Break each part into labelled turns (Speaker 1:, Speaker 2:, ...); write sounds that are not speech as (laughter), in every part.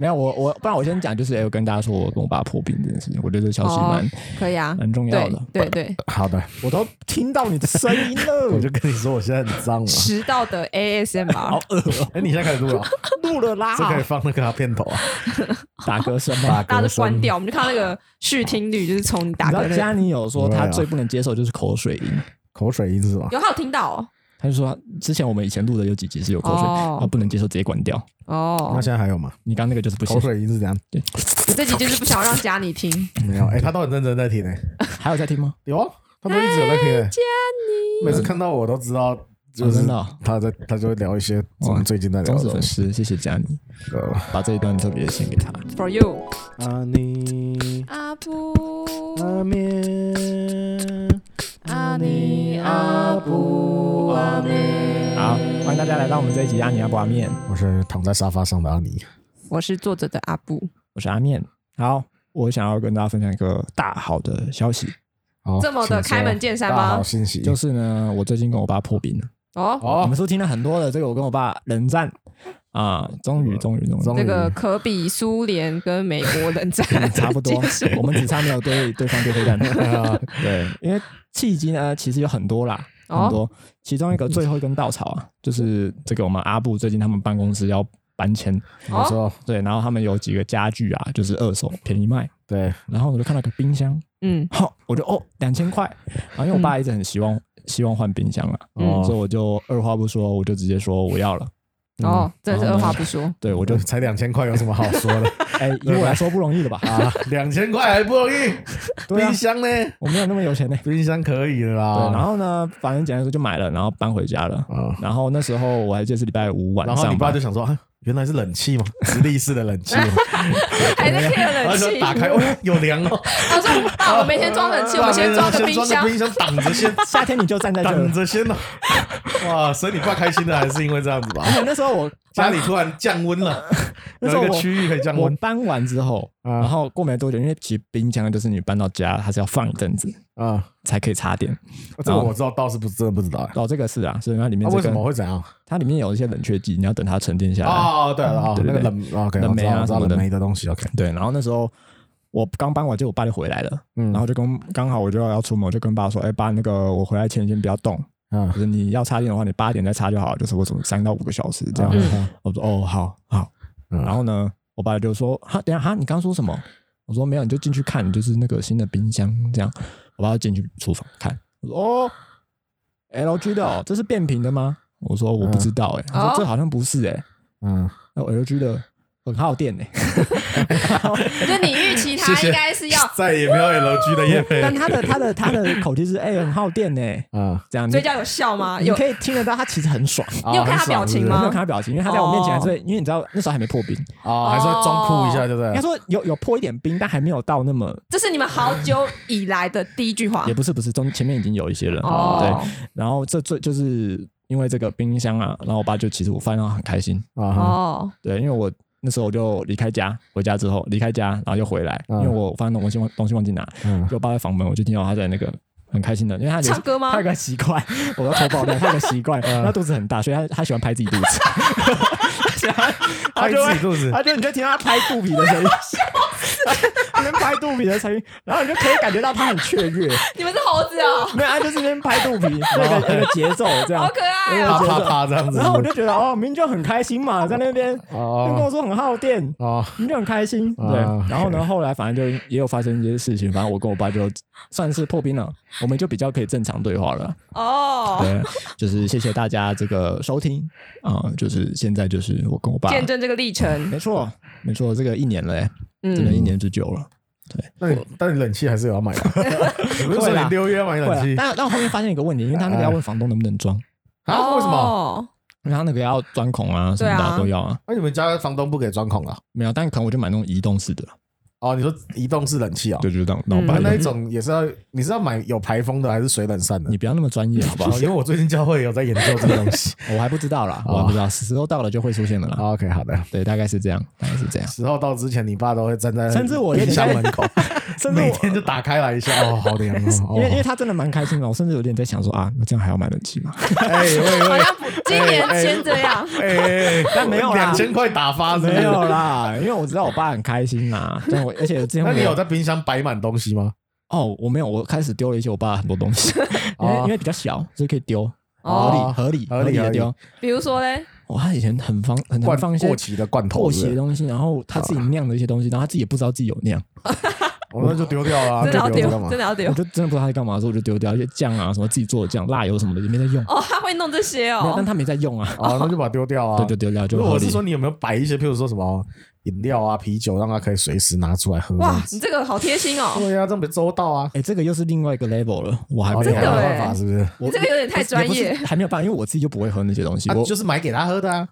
Speaker 1: 没有我我，不然我先讲，就是哎、我跟大家说我跟我爸破冰这件事情，我觉得这个消息
Speaker 2: 哦
Speaker 1: 蛮、
Speaker 3: 可以啊，
Speaker 1: 蛮重要
Speaker 3: 对
Speaker 1: 的。
Speaker 3: 对对，
Speaker 2: 好的，
Speaker 1: 我都嗯听到你的声音了，
Speaker 2: (laughs) 我就跟你说，我现在很脏了。
Speaker 3: 迟到的 ASMR，
Speaker 1: 饿 (laughs) 哦，
Speaker 2: 哎，你现在开始录了，
Speaker 1: 录了啦
Speaker 2: 这可以放那个啊片头啊，
Speaker 1: 打嗝声
Speaker 2: 打
Speaker 1: 吧。
Speaker 3: 大家
Speaker 2: 嗝
Speaker 3: 都关
Speaker 2: 声。
Speaker 3: 掉，我们就看到那个续听率就是从你打
Speaker 1: 你知
Speaker 3: 嗝
Speaker 1: 道
Speaker 3: 那个，
Speaker 1: 佳妮有说她
Speaker 2: 对啊
Speaker 1: 最不能接受就是口水音，
Speaker 2: 口水音是什么？
Speaker 3: 有还有听到哦
Speaker 1: 她就说她之前我们以前录的有几集是有口水，
Speaker 3: 哦
Speaker 1: 她不能接受，直接关掉。
Speaker 3: 哦
Speaker 2: 那，现在还有吗？
Speaker 1: 你刚刚那个就是不行
Speaker 2: 口。水音是怎样？
Speaker 3: 我这集就是不想让佳妮听，
Speaker 2: 没有，哎，他都很认真在听呢。
Speaker 1: 还有在
Speaker 2: (laughs)
Speaker 1: 听吗？
Speaker 2: 有啊，他都一直有在听欸。
Speaker 3: 妮
Speaker 2: 每次看到我都知道，就
Speaker 1: 哦
Speaker 2: 是
Speaker 1: 真的哦
Speaker 2: 他在他就会聊一些我
Speaker 1: 哇
Speaker 2: 们最近在聊
Speaker 1: 忠实
Speaker 2: 的
Speaker 1: 粉
Speaker 2: 东西。
Speaker 1: 丝，谢谢佳妮，
Speaker 2: 呃
Speaker 1: 把这一段特别献给她。
Speaker 3: for you，
Speaker 2: 啊你
Speaker 3: 阿布
Speaker 2: 阿面
Speaker 3: 阿尼阿布阿妹，
Speaker 1: 好，欢迎大家来到我们这一集阿尼阿布阿面，
Speaker 2: 我是躺在沙发上的阿尼。
Speaker 3: 我是作者的阿布，
Speaker 1: 我是阿面。好，我想要跟大家分享一个大好的消息，
Speaker 2: 好
Speaker 3: 这么的
Speaker 2: 请说
Speaker 3: 开门见山
Speaker 2: 大
Speaker 3: 吗
Speaker 2: 好？信息
Speaker 1: 就是是呢，我最近跟我爸破冰了。
Speaker 3: 哦，
Speaker 1: 我
Speaker 2: 哦
Speaker 1: 们，是不是听了很多的这个，我跟我爸冷战啊，终于终于终于
Speaker 2: 终
Speaker 3: 这哦
Speaker 2: 于
Speaker 3: 个可比苏联跟美国冷战
Speaker 1: 嗯差不
Speaker 3: (laughs)
Speaker 1: 多
Speaker 3: 结束，
Speaker 1: 我们只差没有对对方丢飞弹。
Speaker 2: 啊
Speaker 1: 对，因为契机呢，其实有很多啦，
Speaker 3: 哦
Speaker 1: 很多。其中一个最后一根稻草啊，就是这个我们阿布最近他们办公室要搬迁，
Speaker 2: 没错，
Speaker 1: 对，然后他们有几个家具啊，就是二手便宜卖，
Speaker 2: 对，
Speaker 1: 然后我就看到个冰箱，
Speaker 3: 嗯
Speaker 1: 好，我就哦两千块，啊，因为我爸一直很希望希望换冰箱啊，
Speaker 2: 哦
Speaker 3: 嗯
Speaker 1: 所以我就二话不说，我就直接说我要了。嗯
Speaker 3: 哦，真的是二话
Speaker 1: (laughs)
Speaker 3: 不说，
Speaker 1: 对，我
Speaker 2: 我
Speaker 1: 就
Speaker 2: 就才两千块，有什么好说的
Speaker 1: 哎，以我来说不容易了吧？
Speaker 2: 啊？两千块还不容易， (laughs)
Speaker 1: 对啊
Speaker 2: 冰箱呢？
Speaker 1: 我没有那么有钱呢、
Speaker 2: 冰箱可以的啦。
Speaker 1: 对，然后呢，反正简单说就买了，然后搬回家了。
Speaker 2: 啊，
Speaker 1: 然后那时候我还记得是礼拜五晚
Speaker 2: 然后
Speaker 1: 上
Speaker 2: 你
Speaker 1: 吧
Speaker 2: 爸就，想说啊，原来是冷气嘛，直立式的冷气嘛， (laughs)
Speaker 3: 还在 care
Speaker 2: 然后
Speaker 3: 冷
Speaker 2: 就
Speaker 3: 气，
Speaker 2: 打开，哦，有凉哦。
Speaker 3: 他说爸，我每天装冷气，我们先装个冰
Speaker 2: 先
Speaker 3: 箱，
Speaker 2: 冰箱挡着 (laughs) 先，
Speaker 1: 夏天你就站在这
Speaker 2: 挡
Speaker 1: 儿。
Speaker 2: 着先呢。哇，所以你爸开心的还是因为这样子 (laughs) 吧？
Speaker 1: 那时候我
Speaker 2: 家里突然降温了，
Speaker 1: 那
Speaker 2: 有
Speaker 1: 时候
Speaker 2: 一
Speaker 1: 我
Speaker 2: 个区域可以降
Speaker 1: 我
Speaker 2: 温
Speaker 1: 搬完之后，
Speaker 2: 啊
Speaker 1: 然后过没多久，因为其实冰箱就是你搬到家，它是要放一阵子
Speaker 2: 啊。
Speaker 1: 才可以插电。
Speaker 2: 这个我知道，倒是不真的不知道哎。
Speaker 1: 哦，这个是啊，所以它里面
Speaker 2: 那
Speaker 1: 这
Speaker 2: 为
Speaker 1: 个
Speaker 2: 什么会怎样？
Speaker 1: 它里面有一些冷却剂，你要等它沉淀下来。
Speaker 2: 哦，对了，哦
Speaker 1: 对
Speaker 2: 那
Speaker 1: 对
Speaker 2: 个
Speaker 1: 对
Speaker 2: 冷，OK，
Speaker 1: 冷
Speaker 2: 我知
Speaker 1: 媒啊
Speaker 2: 道我知
Speaker 1: 什
Speaker 2: 道
Speaker 1: 么的
Speaker 2: 冷媒的东西，OK，
Speaker 1: 对，然后那时候我刚搬完，结果我爸就回来了，
Speaker 2: 嗯
Speaker 1: 然后就跟刚好我就要出门，我就跟爸说：“哎、爸，那个我回来前先不要动，
Speaker 2: 嗯
Speaker 1: 就是你要插电的话，你八点再插就好，就是我什么三到五个小时这样。
Speaker 3: 嗯
Speaker 1: 我说：“哦，好好。
Speaker 2: 嗯
Speaker 1: 然后呢，我爸就说：“哈，等一下哈，你刚刚说什么？”我说：“没有，你就进去看，就是那个新的冰箱这样。”我爸就进去厨房看，我说：“哦，LG 的、哦，这是变频的吗？”我说：“我不知道、欸。他
Speaker 3: 哦
Speaker 1: 说：“这好像不是哎、欸，
Speaker 2: 嗯，
Speaker 1: 那 LG 的很耗电
Speaker 3: (laughs)
Speaker 1: 哎、
Speaker 3: 就你预期
Speaker 2: 谢
Speaker 3: 他
Speaker 2: 谢
Speaker 3: 应该是要
Speaker 2: (laughs) 再也没有 LG 的
Speaker 3: (laughs)
Speaker 2: 夜配
Speaker 1: 但他的他的他的口气是哎、很耗电呢、
Speaker 2: 啊，
Speaker 1: 这样你
Speaker 3: 嘴角有笑吗？
Speaker 1: 你
Speaker 3: 有
Speaker 1: 可以听得到他其实很爽。
Speaker 3: 你有看他
Speaker 2: 很爽
Speaker 3: 表情
Speaker 2: 是不是
Speaker 1: 我没
Speaker 3: 吗
Speaker 1: 有看他表情，因为他在我面前还是
Speaker 3: 哦
Speaker 1: 会，因为你知道那时候还没破冰，应
Speaker 2: 哦，还是会装酷一下，对不对
Speaker 1: 该？说有有破一点冰，但还没有到那么，
Speaker 3: 这是你们好久以来的第一句话
Speaker 1: 也不是不是，中前面已经有一些人，
Speaker 3: 啊哦
Speaker 1: 对。，然后这最就是因为这个冰箱啊，然后我爸就其实我发现他很开心，
Speaker 2: 啊哈，
Speaker 3: 哦，
Speaker 1: 对，因为我那时候我就离开家，回家之后离开家，然后又回来，因
Speaker 2: 嗯
Speaker 1: 为我发现东西忘东西忘记拿，
Speaker 2: 嗯
Speaker 1: 就我爸在房门，我就听到他在那个很开心的，因为他有
Speaker 3: 唱歌吗
Speaker 1: 他有个习惯，我要偷爆料，他有个习惯，
Speaker 2: 嗯
Speaker 1: 他肚子很大，所以他他喜欢拍自己肚子，所以他他
Speaker 2: 拍
Speaker 1: 就
Speaker 2: 自
Speaker 1: 会
Speaker 2: 己肚子，
Speaker 1: 他就你就听到他拍肚皮的声音， (laughs) 他在那边拍肚皮的声音，然后你就可以感觉到他很雀跃，
Speaker 3: 你们是猴子哦，
Speaker 1: 没有，他就是那边拍肚皮，那个那个节奏这样
Speaker 3: 好，可爱
Speaker 1: 我
Speaker 3: 哦，
Speaker 2: 啊啪
Speaker 1: 觉得
Speaker 2: 啪啪这样子
Speaker 1: 然，后我就觉得哦，明明就很开心嘛，在那边就跟我
Speaker 2: 哦
Speaker 1: 说很耗电，
Speaker 2: 哦，
Speaker 1: 你就很开心，对
Speaker 2: 啊。
Speaker 1: 然后呢，后来反正就也有发生一些事情，反正我跟我爸就算是破冰 (laughs) 了，我们就比较可以正常对话了。
Speaker 3: 哦，
Speaker 1: 对，就是谢谢大家这个收听啊、就是现在就是我跟我爸，
Speaker 3: 见证这个历程，
Speaker 1: 没错，没错，这个一年了、欸，真的，
Speaker 3: 嗯，
Speaker 1: 一年之久了。
Speaker 2: 那你但你冷气还是有要买
Speaker 3: (laughs)
Speaker 2: 吧？你不是
Speaker 1: 会
Speaker 2: 说
Speaker 1: 啦
Speaker 2: 你六月要买
Speaker 1: 会
Speaker 2: 冷
Speaker 1: 啊哎
Speaker 2: 气
Speaker 1: 但但我后面发现一个问题，因为他那个要问房东能不能装，
Speaker 2: 啊？为什么？
Speaker 3: 哦？
Speaker 1: 因为他那个要钻孔啊什么的
Speaker 3: 对
Speaker 1: 啊、
Speaker 3: 啊
Speaker 1: 都要啊，
Speaker 2: 那你们家房东不给钻孔啊？
Speaker 1: 没有，但可能我就买那种移动式的，嗯
Speaker 2: 哦，你说移动式冷气啊？
Speaker 1: 对，就是这样，那我
Speaker 2: 你
Speaker 1: 爸
Speaker 2: 们
Speaker 1: 就
Speaker 2: 那一种也是要，你是要买有排风的还是水冷扇的
Speaker 1: 你？不要那么专业好不好 (laughs)
Speaker 2: 哦，？因为我最近教会有在研究这个东西。
Speaker 1: 我还不知道啦，
Speaker 2: 哦
Speaker 1: 我还不知道，时候到了就会出现的啦。
Speaker 2: (laughs) OK，好的。
Speaker 1: 对，大概是这样，大概是这样。
Speaker 2: 时候到之前，你爸都会站在
Speaker 1: 甚至我连
Speaker 2: 冰箱门口，
Speaker 1: 甚至
Speaker 2: 每
Speaker 1: 我
Speaker 2: 天就打开来一下，哦，好凉 (laughs) 哦，
Speaker 1: 因为因为
Speaker 2: 哦，
Speaker 1: 他真的蛮开心的，我甚至有点在想说啊，那这样还要买冷气吗？
Speaker 2: 哎喂
Speaker 3: 好
Speaker 2: 喂，
Speaker 3: 像不今年先这样，
Speaker 2: 哎，
Speaker 1: 但没有啦
Speaker 2: 两千块打发是不是
Speaker 1: 没有。啦， (laughs) 因为我知道我爸很开心啦。但我而且之前
Speaker 2: 那
Speaker 1: 我
Speaker 2: 你有在冰箱摆满东西吗？
Speaker 1: 哦，我没有，我开始丢了一些我爸很多东西，因为
Speaker 2: 哦
Speaker 1: 因为比较小，所以可以丢，合
Speaker 3: 哦
Speaker 1: 理合理
Speaker 2: 合理
Speaker 1: 合理
Speaker 2: 合
Speaker 1: 的
Speaker 2: 理
Speaker 1: 丢。
Speaker 3: 比如说嘞，
Speaker 1: 哇，他以前很放很
Speaker 2: 罐
Speaker 1: 很放一些
Speaker 2: 过期的罐头
Speaker 1: 过
Speaker 2: 是
Speaker 1: 期
Speaker 2: 不是
Speaker 1: 的东西，然后他自己酿的一些东西，然后他自己也不知道自己有酿，
Speaker 2: 我那就丢掉了啊，
Speaker 3: 真的要
Speaker 2: 就
Speaker 3: 丢
Speaker 2: 丢掉，嘛
Speaker 3: 真。的要
Speaker 1: (laughs)
Speaker 3: 丢
Speaker 1: 我。就真的不知道他在干嘛，所以我就丢掉一些酱啊，什么自己做的酱、辣油什么的也没在用，
Speaker 3: 哦，他会弄这些
Speaker 1: 没有
Speaker 3: 哦
Speaker 1: 但。他没在用啊，
Speaker 2: 哦，那就把它丢掉啊。
Speaker 1: (laughs) 对，就丢掉
Speaker 2: 不
Speaker 1: 就是合
Speaker 2: 我
Speaker 1: 理
Speaker 2: 是。说，你有没有摆一些，譬如说什么饮料啊、啤酒，让它可以随时拿出来喝？
Speaker 3: 哇，你这个好贴心哦，
Speaker 2: 对呀，这么周到啊。
Speaker 1: 哎，这个又是另外一个 level 了，我还
Speaker 2: 哦
Speaker 1: 没啊
Speaker 2: 你
Speaker 1: 有
Speaker 3: 真的
Speaker 2: 还有
Speaker 3: 欸
Speaker 1: 办
Speaker 2: 办
Speaker 1: 法，
Speaker 2: 法是不是？
Speaker 1: 我
Speaker 3: 你这个有点太专
Speaker 1: 也
Speaker 3: 业
Speaker 1: 不。是还没有办法，因为我自己就不会喝那些东西，
Speaker 2: 啊
Speaker 1: 我
Speaker 2: 就是买给他喝的啊。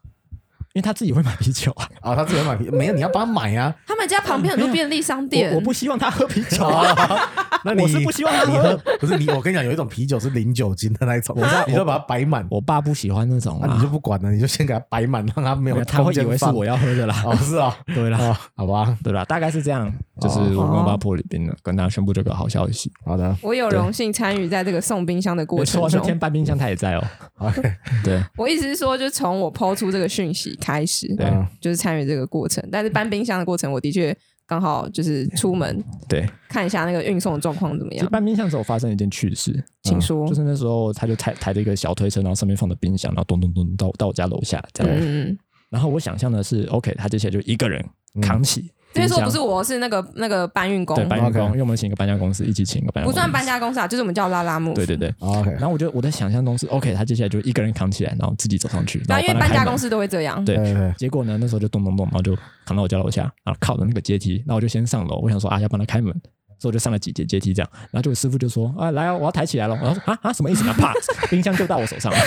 Speaker 1: 因为他自己会买啤酒
Speaker 3: (laughs)
Speaker 1: 啊，
Speaker 2: 啊，他自己
Speaker 1: (laughs)
Speaker 2: 买啤，没有你要帮他买啊。
Speaker 3: 他们家旁边很多便利商店
Speaker 1: 我我，不希望他喝啤酒啊，
Speaker 2: 啊， (laughs) 那你
Speaker 1: 我是不希望他喝
Speaker 2: 你喝，不是你，我跟你讲，有一种啤酒是零酒精的那一种，你就把它摆满，
Speaker 1: (laughs) 我爸不喜欢那种
Speaker 2: 那你就
Speaker 1: 啊，
Speaker 2: 不管了，你就先给它摆满，让它没有
Speaker 1: 他会
Speaker 2: 空
Speaker 1: 以
Speaker 2: 间
Speaker 1: 为是
Speaker 2: 放
Speaker 1: 我要喝的啦，
Speaker 2: 哦，是啊，
Speaker 1: 对啦，
Speaker 2: 哦，好吧，
Speaker 1: 对啦，大概是这样，就是我跟我
Speaker 3: 哦
Speaker 1: 爸破礼冰了，跟大家宣布这个好消息。
Speaker 2: 好的
Speaker 3: 我有荣幸参与在这个送冰箱的过程
Speaker 1: 我那天
Speaker 3: 中。
Speaker 1: 搬冰箱他也在哦，
Speaker 2: (laughs) ，OK，
Speaker 1: 对，
Speaker 3: 我意思是说，就从我抛出这个讯息开始，
Speaker 1: 对
Speaker 2: 嗯
Speaker 3: 就是参与这个过程。但是搬冰箱的过程，我的确刚好就是出门
Speaker 1: 对，
Speaker 3: 看一下那个运送的状况怎么
Speaker 1: 其实
Speaker 3: 样。
Speaker 1: 搬冰箱的时候发生一件趣事，
Speaker 3: 请
Speaker 1: 嗯
Speaker 3: 说
Speaker 1: 就。是那时候他就抬抬着一个小推车，然后上面放着冰箱，然后咚咚咚到到我家楼下这
Speaker 3: 嗯
Speaker 1: 样。
Speaker 3: 嗯，嗯
Speaker 1: 然后我想象的是，OK，他接下来就一个人扛起
Speaker 3: 这
Speaker 1: 冰
Speaker 3: 边说
Speaker 1: 箱，
Speaker 3: 不是我，是那个那个搬运工
Speaker 1: 对，搬运工，
Speaker 2: 哦 OK
Speaker 1: 因为我们请一个搬家公司，一起请一个搬家公
Speaker 3: 不
Speaker 1: 司，
Speaker 3: 算搬家公司啊，就是我们叫拉拉木。
Speaker 1: 对对对。
Speaker 2: 哦，OK，
Speaker 1: 然后我就我的想象中是，OK，他接下来就一个人扛起来，然后自己走上去，
Speaker 3: 然
Speaker 1: 然
Speaker 3: 后
Speaker 1: 后
Speaker 3: 啊因为
Speaker 1: 帮他
Speaker 3: 搬
Speaker 1: 开
Speaker 3: 家
Speaker 1: 门
Speaker 3: 公司都会这样，
Speaker 1: 对
Speaker 2: 对对，
Speaker 1: 结果呢，那时候就咚咚咚，然后就扛到我家楼下，然后靠着那个阶梯，那我就先上楼，我想说啊，要帮他开门，所以我就上了几节阶梯这样，然后就师傅就说啊，来啊，我要抬起来了，然后说啊啊，什么意思呢？啪，冰箱就到我手
Speaker 2: (laughs)
Speaker 1: 上了，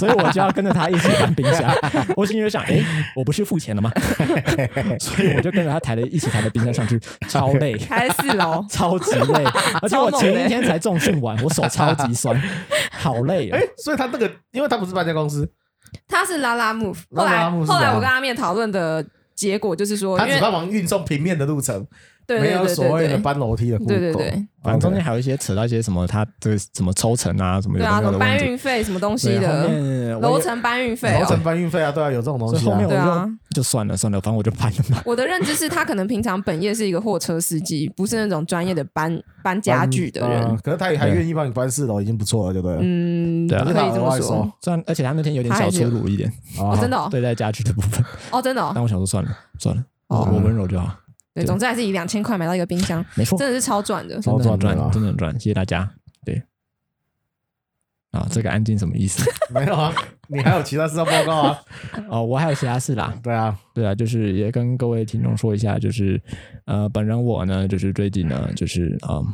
Speaker 1: 所以我就要跟着他一起搬冰箱。我心里就想，诶，我不是付钱了
Speaker 2: (laughs)
Speaker 1: 吗？所以我就跟着他抬了一起抬了冰箱上去，超累。。
Speaker 3: 开四楼
Speaker 1: (laughs) 超级
Speaker 3: (laughs)
Speaker 1: 累，而且我
Speaker 3: 超猛的
Speaker 1: 前一天才重训完，我手超级
Speaker 3: (laughs)
Speaker 1: 酸，好累、哦
Speaker 2: 哎。，所以他那个，因为他不是搬家公司，
Speaker 3: 他是拉拉木，后
Speaker 2: 拉
Speaker 3: 来
Speaker 2: 拉木是怎
Speaker 3: 后
Speaker 2: 样
Speaker 3: 来我跟阿面讨论的结果就是说，
Speaker 2: 他
Speaker 3: 因
Speaker 2: 只
Speaker 3: 为
Speaker 2: 帮忙运送平面的路程，
Speaker 3: 对
Speaker 2: 没
Speaker 3: 对
Speaker 2: 有
Speaker 3: 对
Speaker 2: 所谓
Speaker 3: 对
Speaker 2: 的
Speaker 3: 对，
Speaker 2: 搬楼梯的，
Speaker 3: 对对对，
Speaker 1: 反正中间还有一些扯到一些什么，他这个什么抽成啊，什么有
Speaker 3: 对
Speaker 1: 的没
Speaker 3: 啊，什
Speaker 1: 有
Speaker 3: 么
Speaker 1: 的
Speaker 3: 搬
Speaker 1: 问题。
Speaker 3: 运费什么东西
Speaker 1: 对，后
Speaker 3: 的，
Speaker 1: 面我也
Speaker 3: 楼层搬运费
Speaker 2: 楼
Speaker 3: 哦
Speaker 2: 层。搬运费啊，对啊，有这种东
Speaker 1: 所以
Speaker 2: 西
Speaker 1: 后
Speaker 2: 啊
Speaker 1: 面，我
Speaker 3: 对
Speaker 1: 就、
Speaker 3: 啊
Speaker 1: 就算了算了，反正我就搬了
Speaker 3: (laughs)
Speaker 1: 嘛。
Speaker 3: 我的认知是他可能平常本业是一个货车司机，不是那种专业的搬搬家具的
Speaker 2: 嗯
Speaker 3: 人。
Speaker 2: 可是他也还
Speaker 1: 对
Speaker 2: 愿意帮你搬四楼，已经不错了，对不对？
Speaker 3: 嗯，
Speaker 1: 对啊
Speaker 3: 可以这么
Speaker 2: 那他额外收
Speaker 3: 说。
Speaker 1: 虽然而且他那天有点
Speaker 3: 他
Speaker 1: 小
Speaker 3: 还是
Speaker 1: 粗
Speaker 3: 有
Speaker 1: 鲁一点，
Speaker 2: 啊
Speaker 3: 哦，真的哦，
Speaker 1: 对待家具的部分，
Speaker 3: 哦，真的哦
Speaker 1: 但。我想说算了算了，我
Speaker 3: 哦
Speaker 1: 我温柔就好，
Speaker 3: 对，
Speaker 1: 对
Speaker 3: 总之还是以两千块买到一个冰箱，
Speaker 1: 没错，
Speaker 3: 真的是超赚的。
Speaker 1: 真的很
Speaker 2: 超赚的啊
Speaker 1: 赚，真的很赚，谢谢大家。对，啊，这个安静什么意
Speaker 3: (laughs)
Speaker 1: 思？
Speaker 2: 没有啊，你还有其他事要报告啊？
Speaker 1: 哦，我还有其他事啦，
Speaker 2: 对啊，
Speaker 1: 对啊，就是也跟各位听众说一下，就是呃，本人我呢，就是最近呢，就是嗯，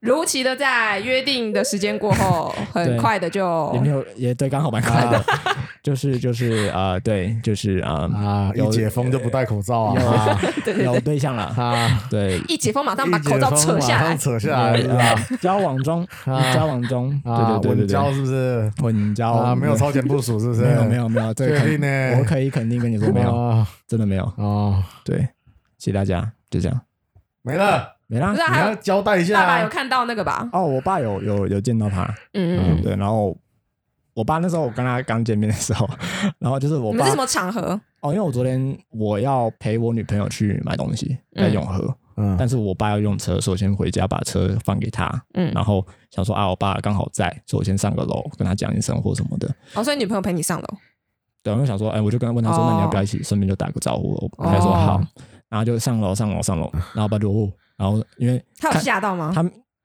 Speaker 3: 如期的在约定的时间过后，很
Speaker 1: 对
Speaker 3: 快的就
Speaker 1: 也没有也对，刚好蛮快的， (laughs) 就是就是啊，对，就是啊，
Speaker 2: 啊，一
Speaker 1: 有
Speaker 2: 解封就不戴口罩啊，
Speaker 3: 对对
Speaker 1: 有
Speaker 3: 对，
Speaker 1: 对象了，
Speaker 2: 啊，
Speaker 1: 对，
Speaker 3: 一解封马上把口罩扯下
Speaker 2: 马
Speaker 3: 来
Speaker 2: 上，扯下来是吧？
Speaker 1: 啊，交往中，
Speaker 2: 啊
Speaker 1: 交往中，
Speaker 2: 啊，
Speaker 1: 对对对对
Speaker 2: 稳交
Speaker 1: 对，
Speaker 2: 是不是？
Speaker 1: 稳交
Speaker 2: 啊，没有
Speaker 1: 对
Speaker 2: 超前部署是不是？
Speaker 1: 没有没有没有，这个
Speaker 2: 确
Speaker 1: 肯
Speaker 2: 定呢
Speaker 1: 我可以肯定跟你说没有，
Speaker 2: 啊
Speaker 1: 真的没有，
Speaker 2: 哦，
Speaker 1: 对，谢谢大家，就这样，
Speaker 2: 没了，
Speaker 1: 没啦
Speaker 3: 不是。啊
Speaker 2: 你
Speaker 3: 还
Speaker 2: 要
Speaker 3: 有
Speaker 2: 交代一下
Speaker 3: 爸爸有
Speaker 2: 啊。
Speaker 3: 看到那个吧？
Speaker 1: 哦，我爸有有有见到他，
Speaker 3: 嗯
Speaker 1: 嗯，对，然后我爸那时候我跟他刚见面的时候，然后就是我
Speaker 3: 你
Speaker 1: 爸
Speaker 3: 们是什么场合？
Speaker 1: 哦，因为我昨天我要陪我女朋友去买东西，在
Speaker 3: 嗯
Speaker 1: 永和，
Speaker 2: 嗯
Speaker 1: 但是我爸要用车，所以我先回家把车放给他，
Speaker 3: 嗯，
Speaker 1: 然后想说啊，我爸刚好在，所以我先上个楼跟他讲一声或什么的。
Speaker 3: 哦，所以女朋友陪你上楼，
Speaker 1: 对，我就想说，哎，我就跟他问他说，
Speaker 3: 哦
Speaker 1: 那你要不要一起，顺便就打个招呼？我他就说
Speaker 3: 哦
Speaker 1: 好，然后就上楼上楼上楼，然后我爸就，哦然后因为
Speaker 3: 他有吓到吗？
Speaker 1: 他，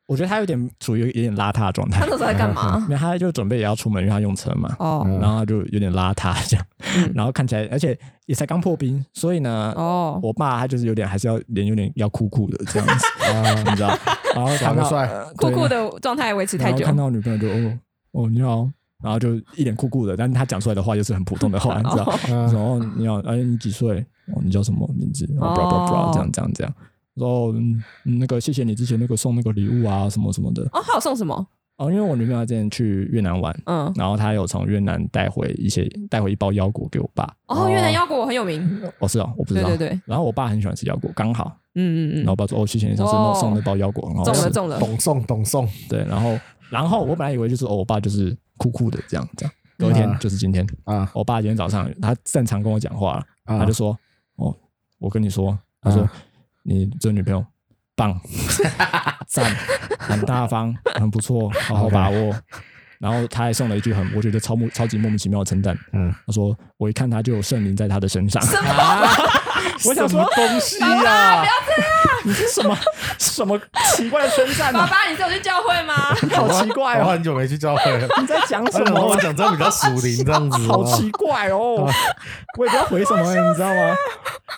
Speaker 1: 我觉得他有点处于有点邋遢的状态，
Speaker 3: 他那时候在干嘛
Speaker 1: 因？为他就准备也要出门，因为他用车嘛。
Speaker 3: 哦
Speaker 2: 嗯
Speaker 1: 然后他就有点邋遢这样，
Speaker 3: 嗯
Speaker 1: 然后看起来，而且也才刚破冰，所以呢，
Speaker 3: 哦，
Speaker 1: 我爸他就是有点还是要脸有点要酷酷的这
Speaker 3: (laughs)
Speaker 1: 样子，
Speaker 2: 啊，
Speaker 1: 你知道？然后
Speaker 2: 耍
Speaker 1: 看
Speaker 2: 个
Speaker 1: 到
Speaker 2: 帅
Speaker 3: 酷酷
Speaker 1: 的
Speaker 3: 的状态维持太久
Speaker 1: 看，到女朋友就哦哦你好，然后就一脸酷酷的，但是他讲出来的话又是很普通的
Speaker 3: (laughs) 哦
Speaker 1: 话，你知道？然
Speaker 2: 嗯
Speaker 1: 后你好，哎你几岁？哦你叫什么名字？然后
Speaker 3: 哦
Speaker 1: blah blah blah 这样这样这嗯样。然后嗯那个谢谢你之前那个送那个礼物啊什么什么的，
Speaker 3: 哦，他有送什么？
Speaker 1: 哦，因为我女朋友之前去越南玩，
Speaker 3: 嗯，
Speaker 1: 然后她有从越南带回一些带回一包腰果给我爸。
Speaker 3: 哦，越南腰果很有名，
Speaker 1: 哦，是哦，我不知道。
Speaker 3: 嗯对对对。
Speaker 1: 然后我爸很喜欢吃腰果，刚好，
Speaker 3: 嗯嗯
Speaker 1: 然后我，
Speaker 3: 嗯
Speaker 1: 爸说：“哦，谢谢你上次弄
Speaker 3: 哦
Speaker 1: 送那包腰果，很好
Speaker 3: 中
Speaker 1: 吃
Speaker 3: 了。中了，
Speaker 2: 懂送懂送，”
Speaker 1: 对，然后然后我本来以为就是哦，我爸就是酷酷的这样这样。隔天
Speaker 2: 啊
Speaker 1: 就是今天，
Speaker 2: 啊
Speaker 1: 我爸今天早上他正常跟我讲话了，
Speaker 2: 啊
Speaker 1: 他就说：“哦，我跟你说，他说、
Speaker 2: 啊
Speaker 1: 你这女朋友
Speaker 2: (laughs)
Speaker 1: 棒，赞，很大方，很不错，好好
Speaker 2: OK
Speaker 1: 把握。”然后他还送了一句很我觉得超莫超级莫名其妙的称赞，
Speaker 2: 嗯，
Speaker 1: 他说：“我一看他就有圣灵在他的身上。”我想
Speaker 2: 什么
Speaker 1: 说
Speaker 2: 东西
Speaker 1: 啊
Speaker 2: 呀、
Speaker 1: 你是 (laughs) 什么什么奇怪的称赞
Speaker 3: 爸
Speaker 1: 啊？
Speaker 3: 爸，你是有去教会吗？
Speaker 1: 好奇怪
Speaker 2: 我
Speaker 1: 哦！
Speaker 2: 很久没去教
Speaker 1: (laughs)
Speaker 2: 会了。
Speaker 1: 你在讲
Speaker 2: 他
Speaker 1: 什
Speaker 2: 想跟
Speaker 1: 么
Speaker 2: 我？讲这样比较属灵这样子，
Speaker 1: (laughs) 好奇怪哦！啊 (laughs) 我也不知道回什么，你知道吗？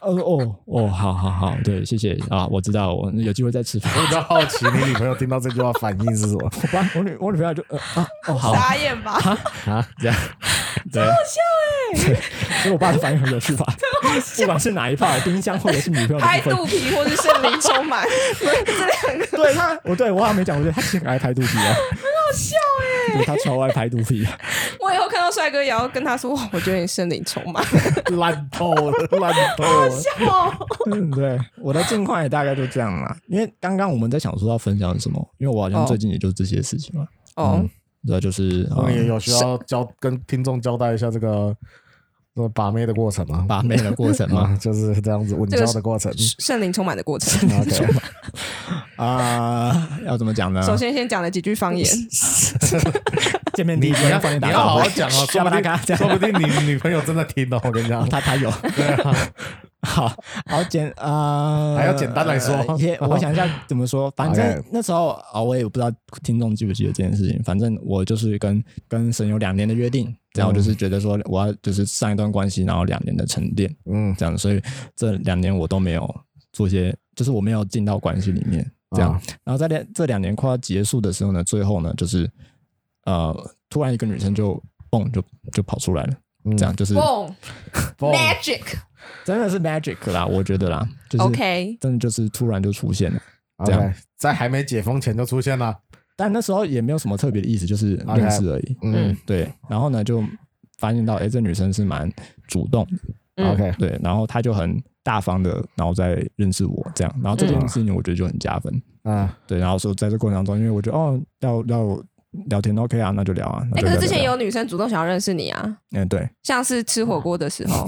Speaker 1: 呃，哦哦，好好好，对，谢谢啊，我知道，我有机会再吃饭。
Speaker 2: 我比较好奇你女朋友听到这句话反应是什么？
Speaker 1: (laughs) 我爸我女我女朋友就呃啊哦好
Speaker 3: 傻眼吧？
Speaker 1: (laughs) 这样，对，好笑哎、所以我爸的反应很有趣 (laughs) 吧？不管是哪一派，冰箱或者是女 (laughs) 朋友的
Speaker 3: 拍
Speaker 1: 部分
Speaker 3: 肚，皮或是圣灵充
Speaker 1: (laughs)
Speaker 3: 满，这两个
Speaker 1: 对他，我对我好像没讲过，对他其实很爱拍肚皮啊，很好笑哎、对他超爱拍肚皮， (laughs)
Speaker 3: 我以后看到帅哥也要跟他说，哇我觉得你圣灵充满。
Speaker 2: 烂透了， (laughs) 烂透了。
Speaker 1: 嗯，对，我的近况也大概就这样啦。因为刚刚我们在想说要分享什么，因为我好像
Speaker 3: 哦
Speaker 1: 最近也就这些事情嘛。
Speaker 3: 哦，
Speaker 2: 嗯
Speaker 1: 对啊，就是
Speaker 2: 我们也
Speaker 1: 嗯
Speaker 2: 有需要交跟听众交代一下这个这个 (laughs) 把妹的过程吗？
Speaker 1: 把妹的过程嘛
Speaker 2: 啊，就是这样子稳交的过程。
Speaker 3: 圣灵充满的过程。
Speaker 2: OK，
Speaker 1: (laughs) 啊、要怎么讲呢？
Speaker 3: 首先先讲了几句方言，
Speaker 1: 见面第
Speaker 2: 你
Speaker 1: 一
Speaker 2: 你
Speaker 1: 天
Speaker 2: 要
Speaker 1: 帮你打
Speaker 2: 你要好
Speaker 1: 招
Speaker 2: 好
Speaker 1: 呼，(laughs) 要
Speaker 2: 讲哦，说
Speaker 1: 不
Speaker 2: 不
Speaker 1: 然他这
Speaker 2: 定
Speaker 1: 样
Speaker 2: 说
Speaker 1: (laughs)
Speaker 2: 不定你女朋友真的听哦，我跟你讲，
Speaker 1: 他他有， (laughs)
Speaker 2: 对 (laughs) 啊，
Speaker 1: 好好简啊，
Speaker 2: 还要简单来说 (laughs)
Speaker 1: 也我想一下怎么说。反正
Speaker 2: OK
Speaker 1: 那时候啊，我也不知道听众记不记得这件事情。反正我就是跟跟神有两年的约定，然后我就是觉得说我要就是上一段关系，然后两年的沉淀
Speaker 2: 嗯，
Speaker 1: 这样，所以这两年我都没有做些，就是我没有进到关系里面这样
Speaker 2: 啊。
Speaker 1: 然后在两这两年快要结束的时候呢，最后呢就是呃，突然一个女生就蹦就就跑出来了，
Speaker 2: 嗯
Speaker 1: 这样就是
Speaker 3: 蹦
Speaker 2: 蹦
Speaker 3: magic
Speaker 1: 真的是 magic 啦，我觉得啦，就是
Speaker 3: OK，
Speaker 1: 真的就是突然就出现了。这样
Speaker 2: OK，在还没解封前就出现了。
Speaker 1: 但那时候也没有什么特别的意思，就是认
Speaker 2: OK
Speaker 1: 识而已。
Speaker 2: 嗯
Speaker 1: 对，然后呢就发现到，哎、这女生是蛮主动的，
Speaker 3: 嗯
Speaker 2: ，OK，
Speaker 1: 对，然后她就很大方的，然后再认识我这样，然后这件事情我觉得就很加分。
Speaker 2: 嗯，
Speaker 1: 对，然后说在这过程当中，因为我觉得哦，要要聊天 OK 啊，那就聊啊。那
Speaker 3: 哎，
Speaker 1: 就
Speaker 3: 可
Speaker 1: 聊
Speaker 3: 是之前，
Speaker 1: 聊
Speaker 3: 有女生主动想要认识你啊，
Speaker 1: 聊嗯，
Speaker 2: (laughs)
Speaker 1: 对，
Speaker 3: 像是吃火锅的时候，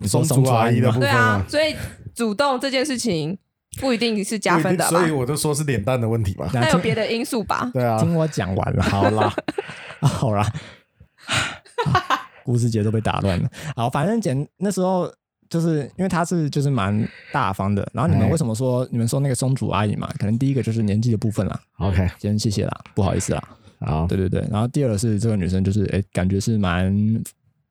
Speaker 1: 你说
Speaker 2: 松竹阿姨的
Speaker 1: 吗
Speaker 2: 部
Speaker 3: 对
Speaker 2: 分
Speaker 3: 啊，，所以主动这件事情不一定是加分的吧
Speaker 1: 啊
Speaker 2: 所以？我就说是脸蛋的问题吧。
Speaker 1: 那
Speaker 3: 那有
Speaker 1: 听
Speaker 3: 别的因素吧？
Speaker 2: 对啊，
Speaker 1: 听我讲完了，好啦， (laughs) 好啦， (laughs) 啊故事节奏被打乱了。好，反正简那时候就是因为他是就是蛮大方的，然后你们
Speaker 2: 哎
Speaker 1: 为什么说你们说那个松竹阿姨嘛？可能第一个就是年纪的部分啦，
Speaker 2: OK，
Speaker 1: 先谢谢啦，不好意思啦，
Speaker 2: 好，
Speaker 1: 对对对。然后第二是这个女生就是哎，感觉是蛮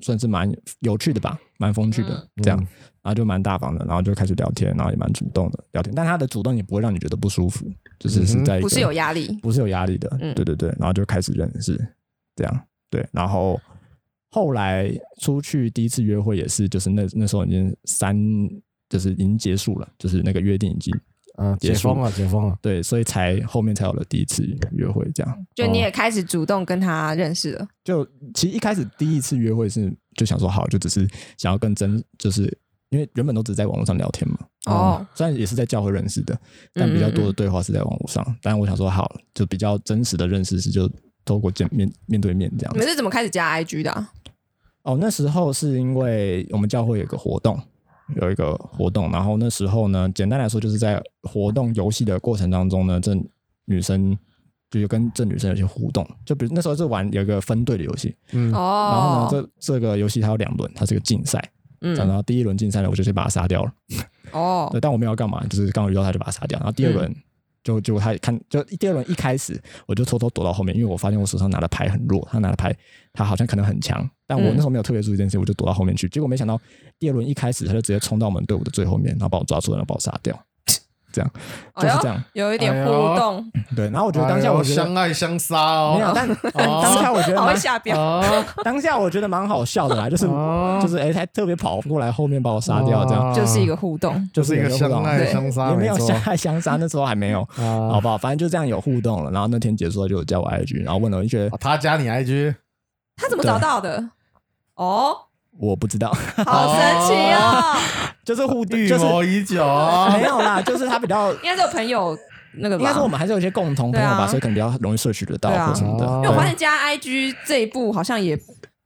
Speaker 1: 算是蛮有趣的吧，蛮风趣的
Speaker 3: 嗯
Speaker 1: 这
Speaker 2: 嗯
Speaker 1: 样，然后就蛮大方的，然后就开始聊天，然后也蛮主动的聊天，但她的主动也不会让你觉得不舒服，就是是
Speaker 2: 嗯哼
Speaker 1: 在一个
Speaker 3: 不是有压力，
Speaker 1: 不是有压力的，
Speaker 3: 嗯
Speaker 1: 对对对，然后就开始认识，这样对，然后后来出去第一次约会也是，就是那那时候已经三，就是已经结束了，就是那个约定已经
Speaker 2: 嗯，解封了，解封了。
Speaker 1: 对，所以才后面才有了第一次约会，这样
Speaker 3: 就你也开始主动跟他认识了。
Speaker 1: 就其实一开始第一次约会是就想说好，就只是想要更真，就是因为原本都只是在网络上聊天嘛，
Speaker 3: 哦，
Speaker 1: 虽然也是在教会认识的，但比较多的对话是在网络上，但我想说好，就比较真实的认识是就透过见面面对面这样
Speaker 3: 你
Speaker 1: 子
Speaker 3: 们。是怎么开始加 IG 的啊？
Speaker 1: 哦，那时候是因为我们教会有个活动，有一个活动，然后那时候呢，简单来说就是在活动游戏的过程当中呢，这女生就有跟这女生有些互动，就比如那时候是玩有一个分队的游戏，
Speaker 2: 嗯，
Speaker 1: 然后呢，
Speaker 3: 哦，
Speaker 1: 这这个游戏它有两轮，它是个竞赛，然
Speaker 3: 嗯，
Speaker 1: 后第一轮竞赛呢，我就先把它杀掉了，
Speaker 3: 哦嗯
Speaker 1: 对，，但我没有要干嘛，就是刚好遇到他就把他杀掉，然后第二轮。就就他看，就第二轮一开始，我就偷偷躲到后面，因为我发现我手上拿的牌很弱，他拿的牌他好像可能很强，但我那时候没有特别注意这件事，我就躲到后面去。结果没想到第二轮一开始，他就直接冲到我们队伍的最后面，然后把我抓出来，然后把我杀掉。这样
Speaker 3: 哎呦
Speaker 1: 就是这样，
Speaker 3: 有一点
Speaker 2: 哎呦
Speaker 3: 互动，
Speaker 1: 对。然后我觉得当下
Speaker 2: 哎呦
Speaker 1: 我觉得、
Speaker 2: 相爱相杀
Speaker 3: 哎
Speaker 1: 没有， (laughs)
Speaker 2: 哦，
Speaker 1: 但但当下我觉得
Speaker 3: 好
Speaker 1: 蛮
Speaker 3: 会下
Speaker 1: (laughs)
Speaker 3: 标。
Speaker 2: 啊，
Speaker 1: 当下我觉得蛮好笑的啦，就是
Speaker 2: 哦
Speaker 1: 就是哎，他特别跑过来后面把我杀掉，这样 (laughs)
Speaker 2: 啊
Speaker 3: 就是一个互动，
Speaker 1: 就是
Speaker 2: 是一个
Speaker 1: 有互动
Speaker 2: 相爱
Speaker 3: 对
Speaker 2: 相杀，
Speaker 1: 也没有
Speaker 2: 错
Speaker 1: 相爱相杀，那时候还没有，好
Speaker 2: (laughs)
Speaker 1: (laughs)
Speaker 2: 啊。
Speaker 1: 不好？反正就这样有互动了。然后那天结束了，就有加我 IG，然后问了我一些
Speaker 2: 他加你 IG，
Speaker 3: 他怎么找到的？哦，
Speaker 1: 我不知道，
Speaker 3: 好神奇哦！
Speaker 1: (laughs) 就是
Speaker 2: (laughs)
Speaker 1: 互动，
Speaker 2: 预
Speaker 1: 就是
Speaker 2: 谋啊已
Speaker 1: (laughs)
Speaker 2: 久， (laughs)
Speaker 1: 没有啦，就是他比较，
Speaker 3: 应该是有朋友那
Speaker 2: 啊
Speaker 3: 个
Speaker 1: 应该是我
Speaker 3: 吧？
Speaker 1: 们还是有一些共同朋友
Speaker 3: 对
Speaker 1: 吧，
Speaker 3: 啊
Speaker 1: 所以可能比较容易摄取得到
Speaker 3: 对啊
Speaker 1: 或什么的
Speaker 2: 哦。
Speaker 3: 因为我发
Speaker 1: 对
Speaker 3: 现加 IG 这一步好像也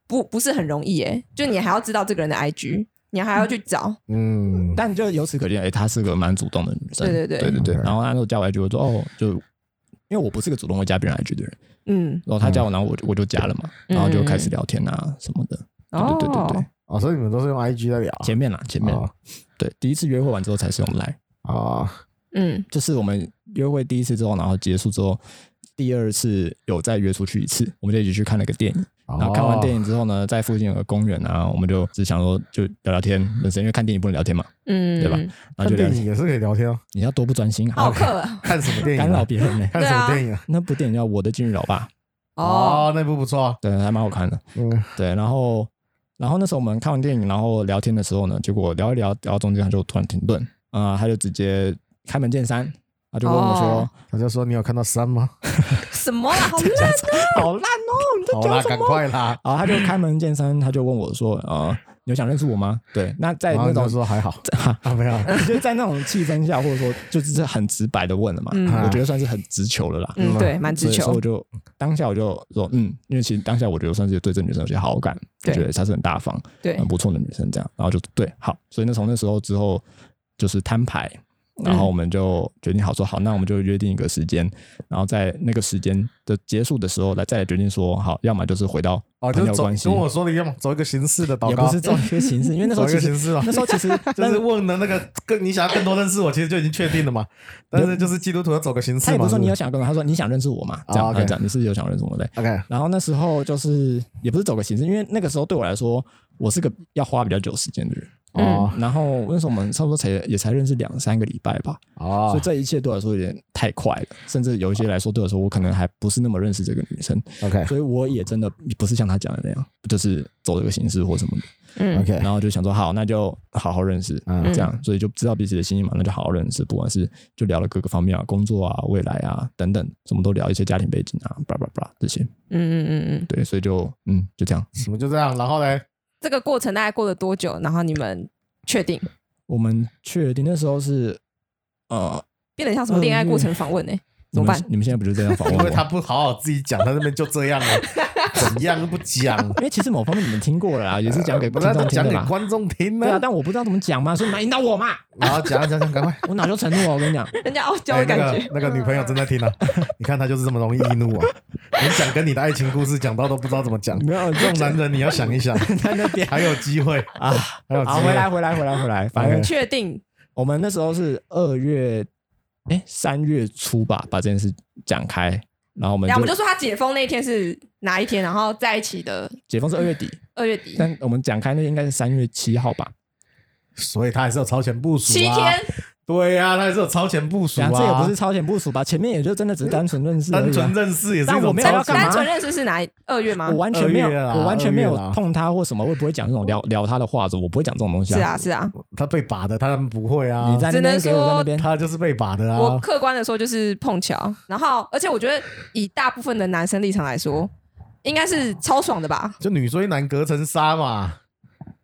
Speaker 3: 不不是很容易诶，就你还要知道这个人的 IG，你还要去找。
Speaker 2: 嗯，
Speaker 1: 但就由此可见，哎，她是个蛮主动的女生，
Speaker 3: 对对对
Speaker 1: 对对对。
Speaker 2: OK
Speaker 1: 然后她就加我 IG，我说哦，就因为我不是个主动会加别人 IG 的人，
Speaker 3: 嗯，
Speaker 1: 然后她加我，然后我就我就加了嘛，然后就开始聊天啊什么的。对对对对对
Speaker 3: 哦，，
Speaker 2: 哦，所以你们都是用
Speaker 1: (laughs)
Speaker 2: IG 在聊
Speaker 1: 前面啦，前面
Speaker 2: 哦
Speaker 1: 对，第一次约会完之后才是用 Line，
Speaker 2: 啊，
Speaker 3: 嗯，
Speaker 1: 就是我们约会第一次之后，然后结束之后，第二次有再约出去一次，我们就一起去看了个电影。
Speaker 2: 哦
Speaker 1: 然后看完电
Speaker 2: 影，
Speaker 1: 影之后呢，在附近有个公园啊，我们就只想说就聊聊天，人生因为看电影不能聊天嘛，
Speaker 3: 嗯，
Speaker 1: 对吧？然后
Speaker 2: 看
Speaker 1: 就聊
Speaker 2: 电
Speaker 1: 天。
Speaker 2: 影也是可以聊天哦。
Speaker 1: 你要多不专心
Speaker 3: 好
Speaker 1: 啊，
Speaker 3: 客
Speaker 2: 看什么电影啊？
Speaker 1: 干扰别人呢、
Speaker 2: 看什么电影啊？
Speaker 1: 那部电影叫《我的金鱼老爸》，
Speaker 3: 哦，
Speaker 2: 哦，那部不错。
Speaker 1: 对，还蛮好看的。
Speaker 2: 嗯，
Speaker 1: 对，然后然后那时候我们看完电影，然后聊天的时候呢，结果聊一聊聊到中间，他就突然停顿，啊、他就直接开门见山，他就跟我说。
Speaker 3: 哦
Speaker 2: 他就说你有看到山吗？
Speaker 3: 什么
Speaker 1: (laughs)
Speaker 3: 啦？好烂
Speaker 1: 好烂哦！你在
Speaker 2: 好
Speaker 1: 讲
Speaker 2: 啦，
Speaker 1: 什
Speaker 2: 赶
Speaker 1: 么？
Speaker 2: 快啦。
Speaker 1: 哦然后他就开门见山，他就问我说：“呃，你有想认识我吗？”对，那在
Speaker 2: 然后
Speaker 1: 哎那
Speaker 2: 你就
Speaker 1: 种 (laughs)
Speaker 2: 说还好 (laughs) 啊，没有。
Speaker 1: 就在那种气氛下，或者说就是很直白的问了嘛，
Speaker 3: 嗯
Speaker 1: 我觉得算是很直球了啦。
Speaker 3: 嗯，对，蛮
Speaker 1: 所
Speaker 3: 直
Speaker 1: 以说
Speaker 3: 球
Speaker 1: 我，就当下我就说嗯，因为其实当下我觉得算是对这女生有些好感，就
Speaker 3: 对
Speaker 1: 觉得她是很大方、
Speaker 3: 对
Speaker 1: 很，不错的女生这样，然后就对好，所以那从那时候之后就是摊牌，然
Speaker 3: 嗯
Speaker 1: 后我们就决定好说好，那我们就约定一个时间，然后在那个时间的结束的时候来再来决定说好，要么就是回到
Speaker 2: 哦，
Speaker 1: 朋
Speaker 2: 就
Speaker 1: 友
Speaker 2: 走
Speaker 1: 关系，
Speaker 2: 跟我说的一样嘛，走一个形式的祷
Speaker 1: 也
Speaker 2: 告
Speaker 1: 不，是这种一个形式，因为那
Speaker 2: (laughs)
Speaker 1: 时候
Speaker 2: 走一
Speaker 1: 其
Speaker 2: 个
Speaker 1: 实
Speaker 2: 形式
Speaker 1: (laughs)
Speaker 2: 嘛
Speaker 1: 那。时候其实
Speaker 2: 就是问的那个更你想要更多认识我，其实就已经确定了嘛。但是就是基督徒要走个形式
Speaker 1: 他也
Speaker 2: 嘛。
Speaker 1: 不是说你有
Speaker 2: 是
Speaker 1: 想跟我，他说你想认识我嘛，这
Speaker 2: 哦
Speaker 1: 样
Speaker 2: ，OK
Speaker 1: 他讲你是有想认识我的。
Speaker 2: 不是 OK
Speaker 1: 然后那时候就是也不是走个形式，因为那个时候对我来说，我是个要花比较久时间的人。
Speaker 3: 嗯
Speaker 2: 哦
Speaker 1: 然后那时候我们差不多才也才认识两三个礼拜吧，所以
Speaker 2: 哦
Speaker 1: 这一切对我来说有点太快了，甚至有一些来说对我来说，我可能还不是那么认识这个女生，
Speaker 2: ，OK
Speaker 1: 所以我也真的不是像他讲的那样，就是走这个形式或什么的。
Speaker 3: 嗯
Speaker 2: OK，
Speaker 1: 然后就想说好，那就好好认识，
Speaker 2: 嗯
Speaker 1: 这样，所以就知道彼此的心意嘛，那就好好认识，不管是就聊了各个方面啊，工作啊、未来啊等等，什么都聊一些家庭背景啊，巴拉巴拉这些，
Speaker 3: 嗯嗯嗯嗯，
Speaker 1: 对，所以就嗯就这样，
Speaker 2: 什么就这样，然后嘞，
Speaker 1: 嗯
Speaker 3: 这个过程大概过了多久？然后你们确定
Speaker 1: 我们确定那时候是呃，
Speaker 3: 变得像什么恋爱过程访问呢？
Speaker 1: 你
Speaker 3: 怎么
Speaker 1: 们
Speaker 3: 办？
Speaker 1: 你们现在不就这样访 (laughs)
Speaker 2: 因
Speaker 1: 问
Speaker 2: 为他
Speaker 1: 我？
Speaker 2: 不好好自己讲，他那边就这样
Speaker 1: (laughs)
Speaker 2: 了，怎样都不讲，
Speaker 1: 因为其实某方面你们听过了啦，也是讲给
Speaker 2: 不
Speaker 1: 观
Speaker 2: 是啊
Speaker 1: 众听
Speaker 2: 讲
Speaker 1: 的
Speaker 2: 给
Speaker 1: 嘛。
Speaker 2: 观众
Speaker 1: (laughs)
Speaker 2: 听
Speaker 1: 对啊，
Speaker 2: 呢。
Speaker 1: 但我不知道怎么讲嘛，所以你们引导我嘛，
Speaker 2: 然后讲讲讲，赶快。
Speaker 3: (laughs)
Speaker 1: 我哪就承诺，我跟你讲，
Speaker 3: 人家傲娇
Speaker 2: 哎，
Speaker 3: 的
Speaker 2: 那
Speaker 3: 感
Speaker 2: 个
Speaker 3: 觉，
Speaker 2: 那个女朋友正在听啊， (laughs) 你看她就是这么容易易怒啊！你想跟你的爱情故事讲到都不知道怎么讲，
Speaker 1: (laughs) 没有
Speaker 2: 这种
Speaker 1: (laughs)
Speaker 2: 男人你要想
Speaker 3: (laughs)
Speaker 2: 一想，
Speaker 1: 在那 (laughs) 边
Speaker 2: 还有机会，
Speaker 1: 啊。
Speaker 2: 还有机
Speaker 1: 好，
Speaker 2: 会。
Speaker 1: 回来，回来，回来，回来，反正
Speaker 3: 确定
Speaker 1: 我们那时候是二月，哎，三月初吧，把这件事讲开，然后我们
Speaker 3: 然后我们
Speaker 1: 就
Speaker 3: 就说他解封那一天是哪一天，然后在一起的
Speaker 1: 解封是二月底，
Speaker 3: 二月底
Speaker 1: 但我们讲开那应该是三月七号吧，
Speaker 2: 所以他还是有超前部署、啊。
Speaker 3: 七天，
Speaker 2: 对呀、他还是有超前部署
Speaker 1: 然
Speaker 2: 啊。
Speaker 1: 后这也不是超前部署吧，前面也就真的只是单纯认识而已啊，
Speaker 2: 单纯认识，也是一
Speaker 1: 但我
Speaker 2: 种
Speaker 1: 没有要
Speaker 2: 超
Speaker 1: 干嘛
Speaker 3: 单
Speaker 2: 前。
Speaker 3: 纯认识是哪一二月吗
Speaker 1: 我？完全没有，
Speaker 2: 二月啦
Speaker 1: 我完全没
Speaker 2: 二
Speaker 1: 有
Speaker 2: 月啦
Speaker 1: 碰他或什么，我也不会讲这种聊聊他的话，我不会讲这种东西
Speaker 3: 是。啊是啊，
Speaker 2: 他被把的，他们不会啊。
Speaker 1: 你在那
Speaker 3: 只
Speaker 1: 边
Speaker 3: 能
Speaker 1: 给我在那
Speaker 3: 说
Speaker 1: 边，
Speaker 2: 他就是被把的
Speaker 3: 我
Speaker 2: 啊。
Speaker 3: 客观的说就是碰巧，然后而且我觉得以大部分的男生立场来说，应该是超爽的吧，
Speaker 2: 就女追男隔层纱嘛，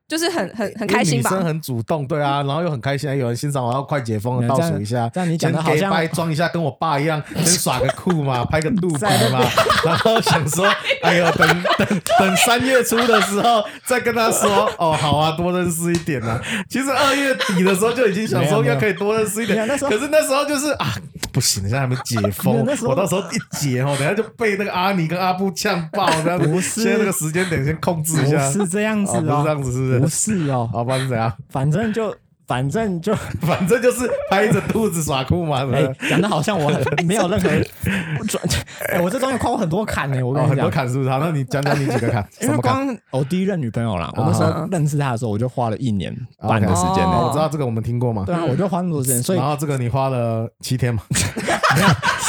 Speaker 3: 就是很很很开心
Speaker 2: 因为女生
Speaker 3: 吧。
Speaker 2: 很主动，对啊，然后又很开心，哎有人欣赏我，要快解封了，
Speaker 1: 嗯这
Speaker 2: 倒
Speaker 1: 样
Speaker 2: 数一下，
Speaker 1: 这样你讲得
Speaker 2: 先
Speaker 1: 好像
Speaker 2: gay 掰装一下，跟我爸
Speaker 1: (laughs)
Speaker 2: 一样，先耍个酷嘛，拍个肚皮嘛，然后想说，哎呦，等等等三月初的时候再跟他说，哦，好啊，多认识一点啊。其实二月底的时候就已经想说
Speaker 1: 没有没有
Speaker 2: 要可以多认识一
Speaker 1: 没
Speaker 2: 点，
Speaker 1: 有那时候
Speaker 2: 可是那时候就是啊，不行，现在还没解
Speaker 1: 没有
Speaker 2: 封
Speaker 1: 那时，候
Speaker 2: 我到时候一解哦，等下就被那个阿尼跟阿布呛爆，这样子
Speaker 1: 不是
Speaker 2: 现在这个时间点先控制
Speaker 1: 不
Speaker 2: 一下，
Speaker 1: 是这样子
Speaker 2: 哦不是这样
Speaker 1: 哦，
Speaker 2: 子，是不
Speaker 1: 不
Speaker 2: 是？
Speaker 1: 是哦，
Speaker 2: 好吧，是怎样？
Speaker 1: 反正就反正就
Speaker 2: 反正就是拍着肚子耍酷嘛，
Speaker 1: 哎
Speaker 2: 对不对？，
Speaker 1: 讲的好像我很没有任何 (laughs) 转，哎，我这中间跨过很多坎呢。我跟
Speaker 2: 哦，
Speaker 1: 你
Speaker 2: 很
Speaker 1: 讲
Speaker 2: 多，砍是不是？好，那你讲讲你几个砍，
Speaker 1: (laughs) 因
Speaker 2: 什
Speaker 1: 为
Speaker 2: 么砍？
Speaker 1: 光我哦第一任女朋友啦，我那时候认识她的时候，我就花了一年半的时间
Speaker 3: 哦
Speaker 1: 呢。
Speaker 2: 我知道这个我们听过嘛
Speaker 1: 对。啊，我就花那么多时间，所以
Speaker 2: 然后这个你花了七天嘛，
Speaker 1: (laughs)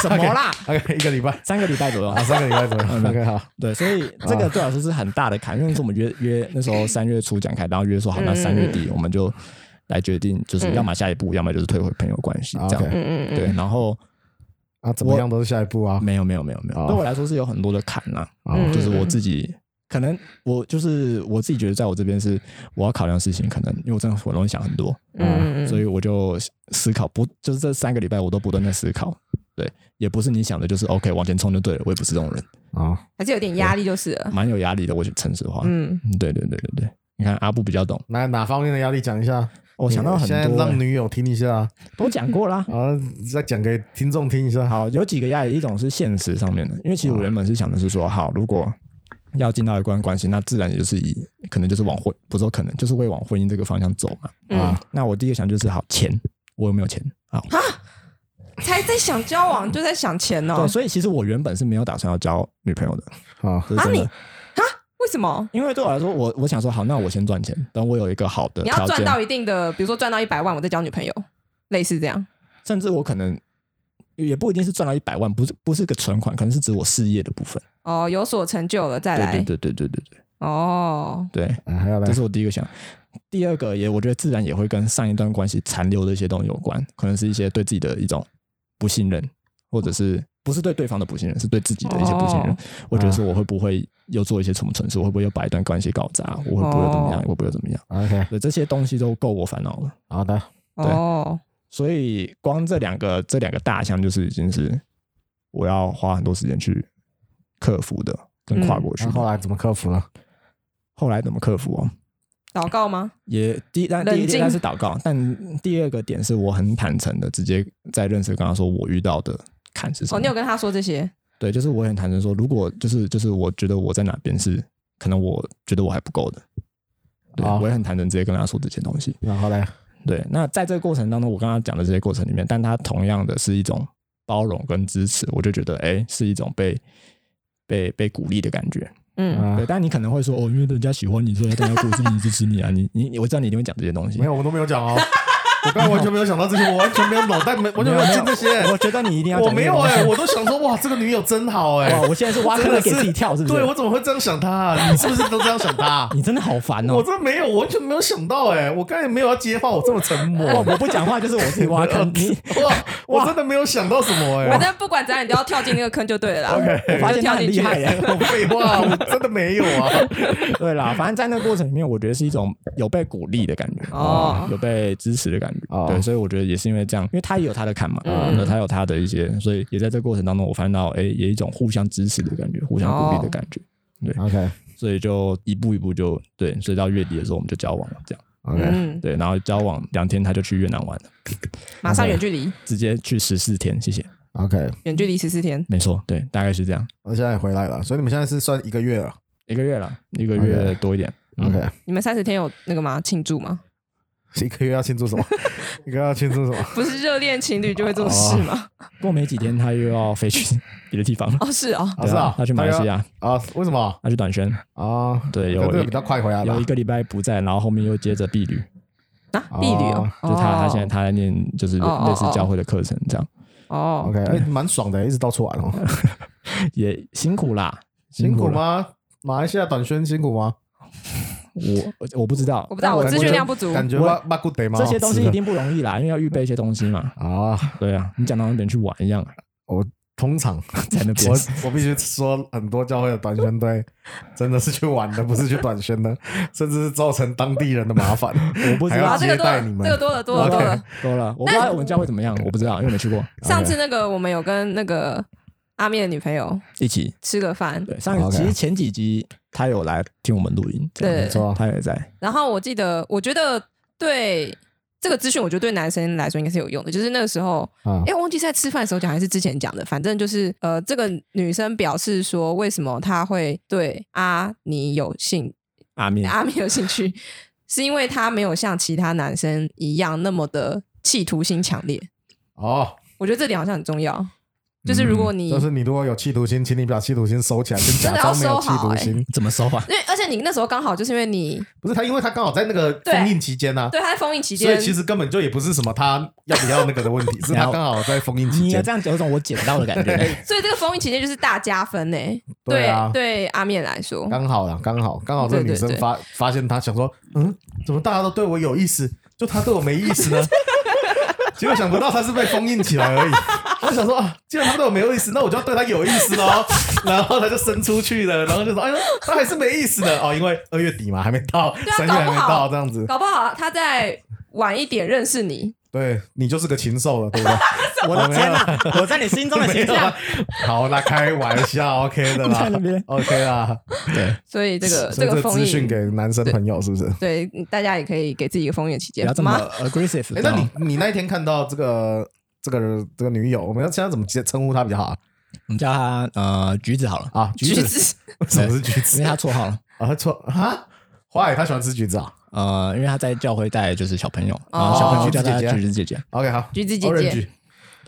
Speaker 1: 什么
Speaker 2: (laughs)
Speaker 1: 啦？嗯
Speaker 2: ？OK，一个礼拜
Speaker 1: 三个礼拜左右
Speaker 2: (laughs) 啊，。三个礼拜左
Speaker 1: (laughs)
Speaker 2: 右。OK，好，
Speaker 1: 对，所以这个对我来说是很大的坎，因为是我们约约那时候三月初讲开，然后约说好，那三月底我们就来决定，就是要么下一步，要么就是退回朋友关系这样。
Speaker 2: OK
Speaker 3: 嗯嗯
Speaker 1: 对，然后
Speaker 2: 啊，怎么样都是下一步啊。
Speaker 1: 没有没有没有没有，
Speaker 2: 哦
Speaker 1: 对我来说是有很多的坎啊。
Speaker 3: 嗯
Speaker 2: 哦
Speaker 1: 就是我自己，可能我就是我自己觉得，在我这边是我要考量的事情，可能因为我真的很容易想很多，
Speaker 3: 嗯嗯
Speaker 1: 啊所以我就思考不，就是这三个礼拜我都不断在思考，对，也不是你想的，就是 OK 往前冲就对了，我也不是这种人，
Speaker 2: 哦，
Speaker 3: 还是有点压力就是了。
Speaker 1: 蛮有压力的，我诚实话，
Speaker 3: 啊嗯，
Speaker 1: 嗯，对对对对对，你看阿布比较懂，
Speaker 2: 哪哪方面的压力讲一下？
Speaker 1: 我想到很
Speaker 2: 现在
Speaker 1: 多、
Speaker 2: 让
Speaker 1: 欸，
Speaker 2: 女友听一下，
Speaker 1: 都讲过啦。
Speaker 2: 然后再讲给听众听一
Speaker 1: (laughs)
Speaker 2: 下。
Speaker 1: 好，有几个压力，一种是现实上面的，因为其实我原本是想的是说，好，如果要进到一段关系，那自然也就是以可能就是往婚，不是说可能就是会往婚姻这个方向走嘛。
Speaker 3: 嗯
Speaker 1: 啊，那我第一个想就是好钱，我有没有钱啊？好
Speaker 3: 才在想交往就在想钱哦
Speaker 1: 对，。所以其实我原本是没有打算要交女朋友的，
Speaker 2: 好，
Speaker 1: 这是真的。
Speaker 3: 啊为什么？
Speaker 1: 因为对我来说，我我想说，好，那我先赚钱，等我有一个好的
Speaker 3: 你要
Speaker 1: 呃条
Speaker 3: 赚
Speaker 1: 件，
Speaker 3: 到一定的，比如说赚到一百万，我再交女朋友，类似这样。
Speaker 1: 甚至我可能也不一定是赚到一百万，不是不是个存款，可能是指我事业的部分。
Speaker 3: 哦，有所成就了再
Speaker 1: 对
Speaker 3: 来
Speaker 1: 对。对对对对对
Speaker 3: 哦，
Speaker 1: 对。
Speaker 2: 啊还有嘞
Speaker 1: 这，是我第一个想。第二个也，我觉得自然也会跟上一段关系残留的一些东西有关，可能是一些对自己的一种不信任，或者是不是对对方的不信任，是对自己的一些不信任。
Speaker 3: 哦
Speaker 1: 我觉得是我会不会又做一些什么蠢事，我会不会又把一段关系搞砸，我会不会又怎么样，
Speaker 3: 哦
Speaker 1: 我会不会又怎么样？
Speaker 2: OK，
Speaker 1: 对，这些东西都够我烦恼了。
Speaker 2: 好的，
Speaker 1: 对
Speaker 3: 哦，
Speaker 1: 所以光这两个这两个大项，就是已经是我要花很多时间去克服的，跟
Speaker 3: 嗯
Speaker 1: 跨过去
Speaker 2: 那
Speaker 1: 的。
Speaker 2: 后来怎么克服了？
Speaker 1: 后来怎么克服哦？
Speaker 3: 祷告吗？
Speaker 1: 也第一，但
Speaker 3: 冷
Speaker 1: 第一
Speaker 3: 静
Speaker 1: 当然是祷告，但第二个点是我很坦诚的，直接在认识跟他说我遇到的坎是什么。
Speaker 3: 哦，你有跟他说这些？
Speaker 1: 对，就是我很坦诚说，如果就是就是我觉得我在哪边是可能我觉得我还不够的，对、
Speaker 3: 哦
Speaker 2: 好
Speaker 1: 我也很坦诚直接跟他说这些东西。
Speaker 2: 然后嘞，
Speaker 1: 对，那在这个过程当中，我刚刚讲的这些过程里面，但他同样的是一种包容跟支持，我就觉得哎、诶是一种被被被鼓励的感觉。
Speaker 3: 嗯，
Speaker 2: 啊
Speaker 1: 对，，但你可能会说哦，因为人家喜欢你，所以大家鼓励你支持你啊，你你你我知道你一定会讲这些东西
Speaker 2: 没。有，我都没有讲哦，我刚才完全没有想到这些，我完全没有脑袋没，完全没有进这些。
Speaker 1: 我觉得你一定要
Speaker 2: 我
Speaker 1: 讲这
Speaker 2: 没
Speaker 1: 些
Speaker 2: 有
Speaker 1: 东西
Speaker 2: 哎、我都想说哇，这个女友真好哎、
Speaker 1: 哇，我现在是挖坑
Speaker 2: 真的
Speaker 1: 了给自己跳，是不是？
Speaker 2: 对我怎么会这样想她、啊？你是不是都这样想她、啊
Speaker 1: (laughs) 你真的好烦
Speaker 2: 我
Speaker 1: 哦！
Speaker 2: 真的没有，我完全没有想到哎、我刚才没有要接话，我这么
Speaker 1: (laughs)
Speaker 2: 沉默，
Speaker 1: 我我不讲话就是我自己挖坑，你
Speaker 2: 哇，我真的没有想到什么哎、
Speaker 3: 反正不管怎样，你都要跳进那个坑就对了啦。
Speaker 2: OK
Speaker 1: 我发现他很厉害耶。
Speaker 2: 我废话，我真的没有 (laughs) 啊。
Speaker 1: (laughs) 对啦，反正在那个过程里面，我觉得是一种有被鼓励的感觉，
Speaker 3: 哦
Speaker 1: 有被支持的感觉。
Speaker 2: 哦
Speaker 1: 对，所以我觉得也是因为这样，因为他也有他的坎嘛，
Speaker 3: 嗯
Speaker 1: 那他有他的一些，所以也在这个过程当中，我发现到哎，也一种互相支持的感觉，互相鼓励的感
Speaker 3: 哦
Speaker 1: 觉。
Speaker 2: OK (laughs)
Speaker 1: 所以就一步一步就对，所以到月底的时候我们就交往了，这样
Speaker 2: (laughs)
Speaker 3: 嗯，
Speaker 1: 对，然后交往两天他就去越南玩了，
Speaker 3: 马上远距离，
Speaker 1: 直接去十四天，谢谢。
Speaker 2: OK，
Speaker 3: 远距离十四天。
Speaker 1: 没错，对，大概是这样，
Speaker 2: 我现在也回来了，所以你们现在是算一个月了。
Speaker 1: 一个月了，一个月多一点。嗯
Speaker 2: OK，、
Speaker 3: 你们三十天有那个吗？庆祝吗？
Speaker 2: 一个月要庆祝什么？ (laughs) 一个月要庆祝什么？
Speaker 3: 不是热恋情侣就会
Speaker 2: 哦
Speaker 3: 做的事吗？
Speaker 1: 过没几天他又要飞去 (laughs) 别的地方了，
Speaker 3: 哦，是哦，
Speaker 2: 啊
Speaker 1: (laughs) 对
Speaker 2: 是啊
Speaker 1: 他去马来西亚，
Speaker 2: 啊？为什么
Speaker 1: 他去短宣，
Speaker 2: 啊？
Speaker 1: 对，
Speaker 2: 可能
Speaker 1: 有
Speaker 2: 这个比较快回来吧
Speaker 1: 有一。个礼拜不在，然后后面又接着避旅，
Speaker 3: 啊，避旅哦，
Speaker 1: 就他他现在
Speaker 3: 在
Speaker 1: 他在念就是
Speaker 3: 哦哦
Speaker 1: 类似教会的课程，这样
Speaker 3: 哦
Speaker 2: OK，哎、蛮爽的，一直到处玩哦。
Speaker 1: 也辛苦啦，
Speaker 2: 辛苦
Speaker 1: 了？
Speaker 2: 吗？马来西亚短宣辛苦吗？
Speaker 1: 我我不知道
Speaker 3: 我，不知道，啊我
Speaker 2: 感觉
Speaker 3: 资讯量不足。
Speaker 2: 感觉
Speaker 1: 我
Speaker 2: 哇哇 good day 吗？
Speaker 1: 这些东西
Speaker 2: 是
Speaker 1: 一
Speaker 2: 的
Speaker 1: 定不容易啦，因为要预备一些东西嘛。
Speaker 2: 啊。
Speaker 1: 对啊，你讲到那边去玩一样，啊
Speaker 2: 通常
Speaker 1: 在那边
Speaker 2: 我我必须说，很多教会的短宣队 (laughs) 真的是去玩的，不是去短宣的， (laughs) 甚至是造成当地人的麻烦。我
Speaker 1: 不知道
Speaker 3: 好，
Speaker 2: 要
Speaker 3: 这个
Speaker 2: 接
Speaker 3: 多了
Speaker 2: 待你，们。
Speaker 3: 这个多了，多了，多了。
Speaker 1: 多了，我不知道我们教会怎么样，我不知道，因为没去过。
Speaker 3: 上次那个我们有跟那个阿面的女朋友
Speaker 1: 一起
Speaker 3: 吃个饭，
Speaker 1: 对，上一
Speaker 2: OK
Speaker 1: 其实前几集他有来听我们录音，这样
Speaker 3: 对
Speaker 1: 没
Speaker 2: 错
Speaker 1: 他也在。
Speaker 3: 然后我记得，我觉得对这个资讯，我觉得对男生来说应该是有用的。就是那个时候，
Speaker 2: 啊
Speaker 3: 哎、我忘记是在吃饭的时候讲还是之前讲的，反正就是呃，这个女生表示说，为什么她会对阿尼有兴
Speaker 1: 阿面
Speaker 3: (laughs)
Speaker 2: (laughs)
Speaker 3: 阿米有兴趣，是因为他没有像其他男生一样那么的企图心强烈。
Speaker 2: 哦，
Speaker 3: 我觉得这点好像很重要，就是如果你、
Speaker 2: 嗯就是你如果有企图心，请你把企图心收起来，就假装没有企
Speaker 3: 真的
Speaker 2: 图
Speaker 3: 要收
Speaker 2: 心。
Speaker 1: 怎么说法？
Speaker 3: 因为而且你那时候刚好就是因为你
Speaker 2: (laughs) 不是他，因为他刚好在那个封印期间呢、
Speaker 3: 对他在封印期
Speaker 2: 所以
Speaker 3: 间，
Speaker 2: 其实根本就也不是什么他要不要那个的问题，是他刚好在封印期
Speaker 1: 你
Speaker 2: 间
Speaker 1: 这。样有种我捡到的感
Speaker 3: (laughs)
Speaker 1: 觉。
Speaker 3: 所以这个封印期间就是大加分呢、
Speaker 2: (laughs) 对啊
Speaker 3: 对阿面来说，
Speaker 2: 刚好啦，刚好刚好这个
Speaker 3: 哦对对
Speaker 2: 女生
Speaker 3: 对
Speaker 2: 发发现他想说，嗯，怎么大家都对我有意思，就他对我没意
Speaker 3: (laughs)
Speaker 2: 思呢？结果想不到他是被封印起来而已。我想说啊，既然他对我没有意思，那我就要对他有意思喽。 (laughs) 然后他就伸出去了，然后就说，哎呦，他还是没意思的哦，因为二月底嘛还没到，
Speaker 3: 啊
Speaker 2: 三月还
Speaker 3: 搞
Speaker 2: 没
Speaker 3: 不好
Speaker 2: 到，这样子，
Speaker 3: 搞不好他在晚一点认识你，
Speaker 2: 对你就是个禽兽了，对
Speaker 3: (laughs)
Speaker 2: 不对？
Speaker 1: 我的天
Speaker 3: 啊
Speaker 1: 哪！我在你心中的
Speaker 2: 啊没
Speaker 1: 形
Speaker 2: 有
Speaker 1: 象
Speaker 2: 啊，好，那开玩笑，OK 的
Speaker 3: (laughs)
Speaker 1: 在那
Speaker 2: 啦
Speaker 1: 边
Speaker 2: ，OK 啦。
Speaker 1: 对，
Speaker 3: 所以这个
Speaker 2: 所以
Speaker 3: 个
Speaker 2: 这
Speaker 3: 封
Speaker 2: 资讯
Speaker 3: 印
Speaker 2: 给，男生朋友是不是？
Speaker 3: 对大家也可以给自己一个封印期
Speaker 1: 不
Speaker 3: 间
Speaker 1: 要这么
Speaker 3: 吗？
Speaker 1: aggressive
Speaker 2: 哎、。
Speaker 1: 知道
Speaker 2: 那
Speaker 1: 吗
Speaker 2: 你你那一天看到这个这个这个女友，我们要现在怎么直接称呼她比较好啊？
Speaker 1: 我们叫他呃橘子好 (laughs) 了，
Speaker 2: 啊，橘
Speaker 3: 橘
Speaker 2: 子，
Speaker 3: 子，
Speaker 2: 为 (laughs) 什么是橘子？
Speaker 1: 因为他绰号了。
Speaker 2: 啊，错啊，花海她喜欢吃橘子啊。
Speaker 1: 呃，因为他在教会带就是小朋友，然后小朋友就叫他橘哦子姐姐。
Speaker 2: OK，好，
Speaker 3: 橘子姐姐
Speaker 2: Orange，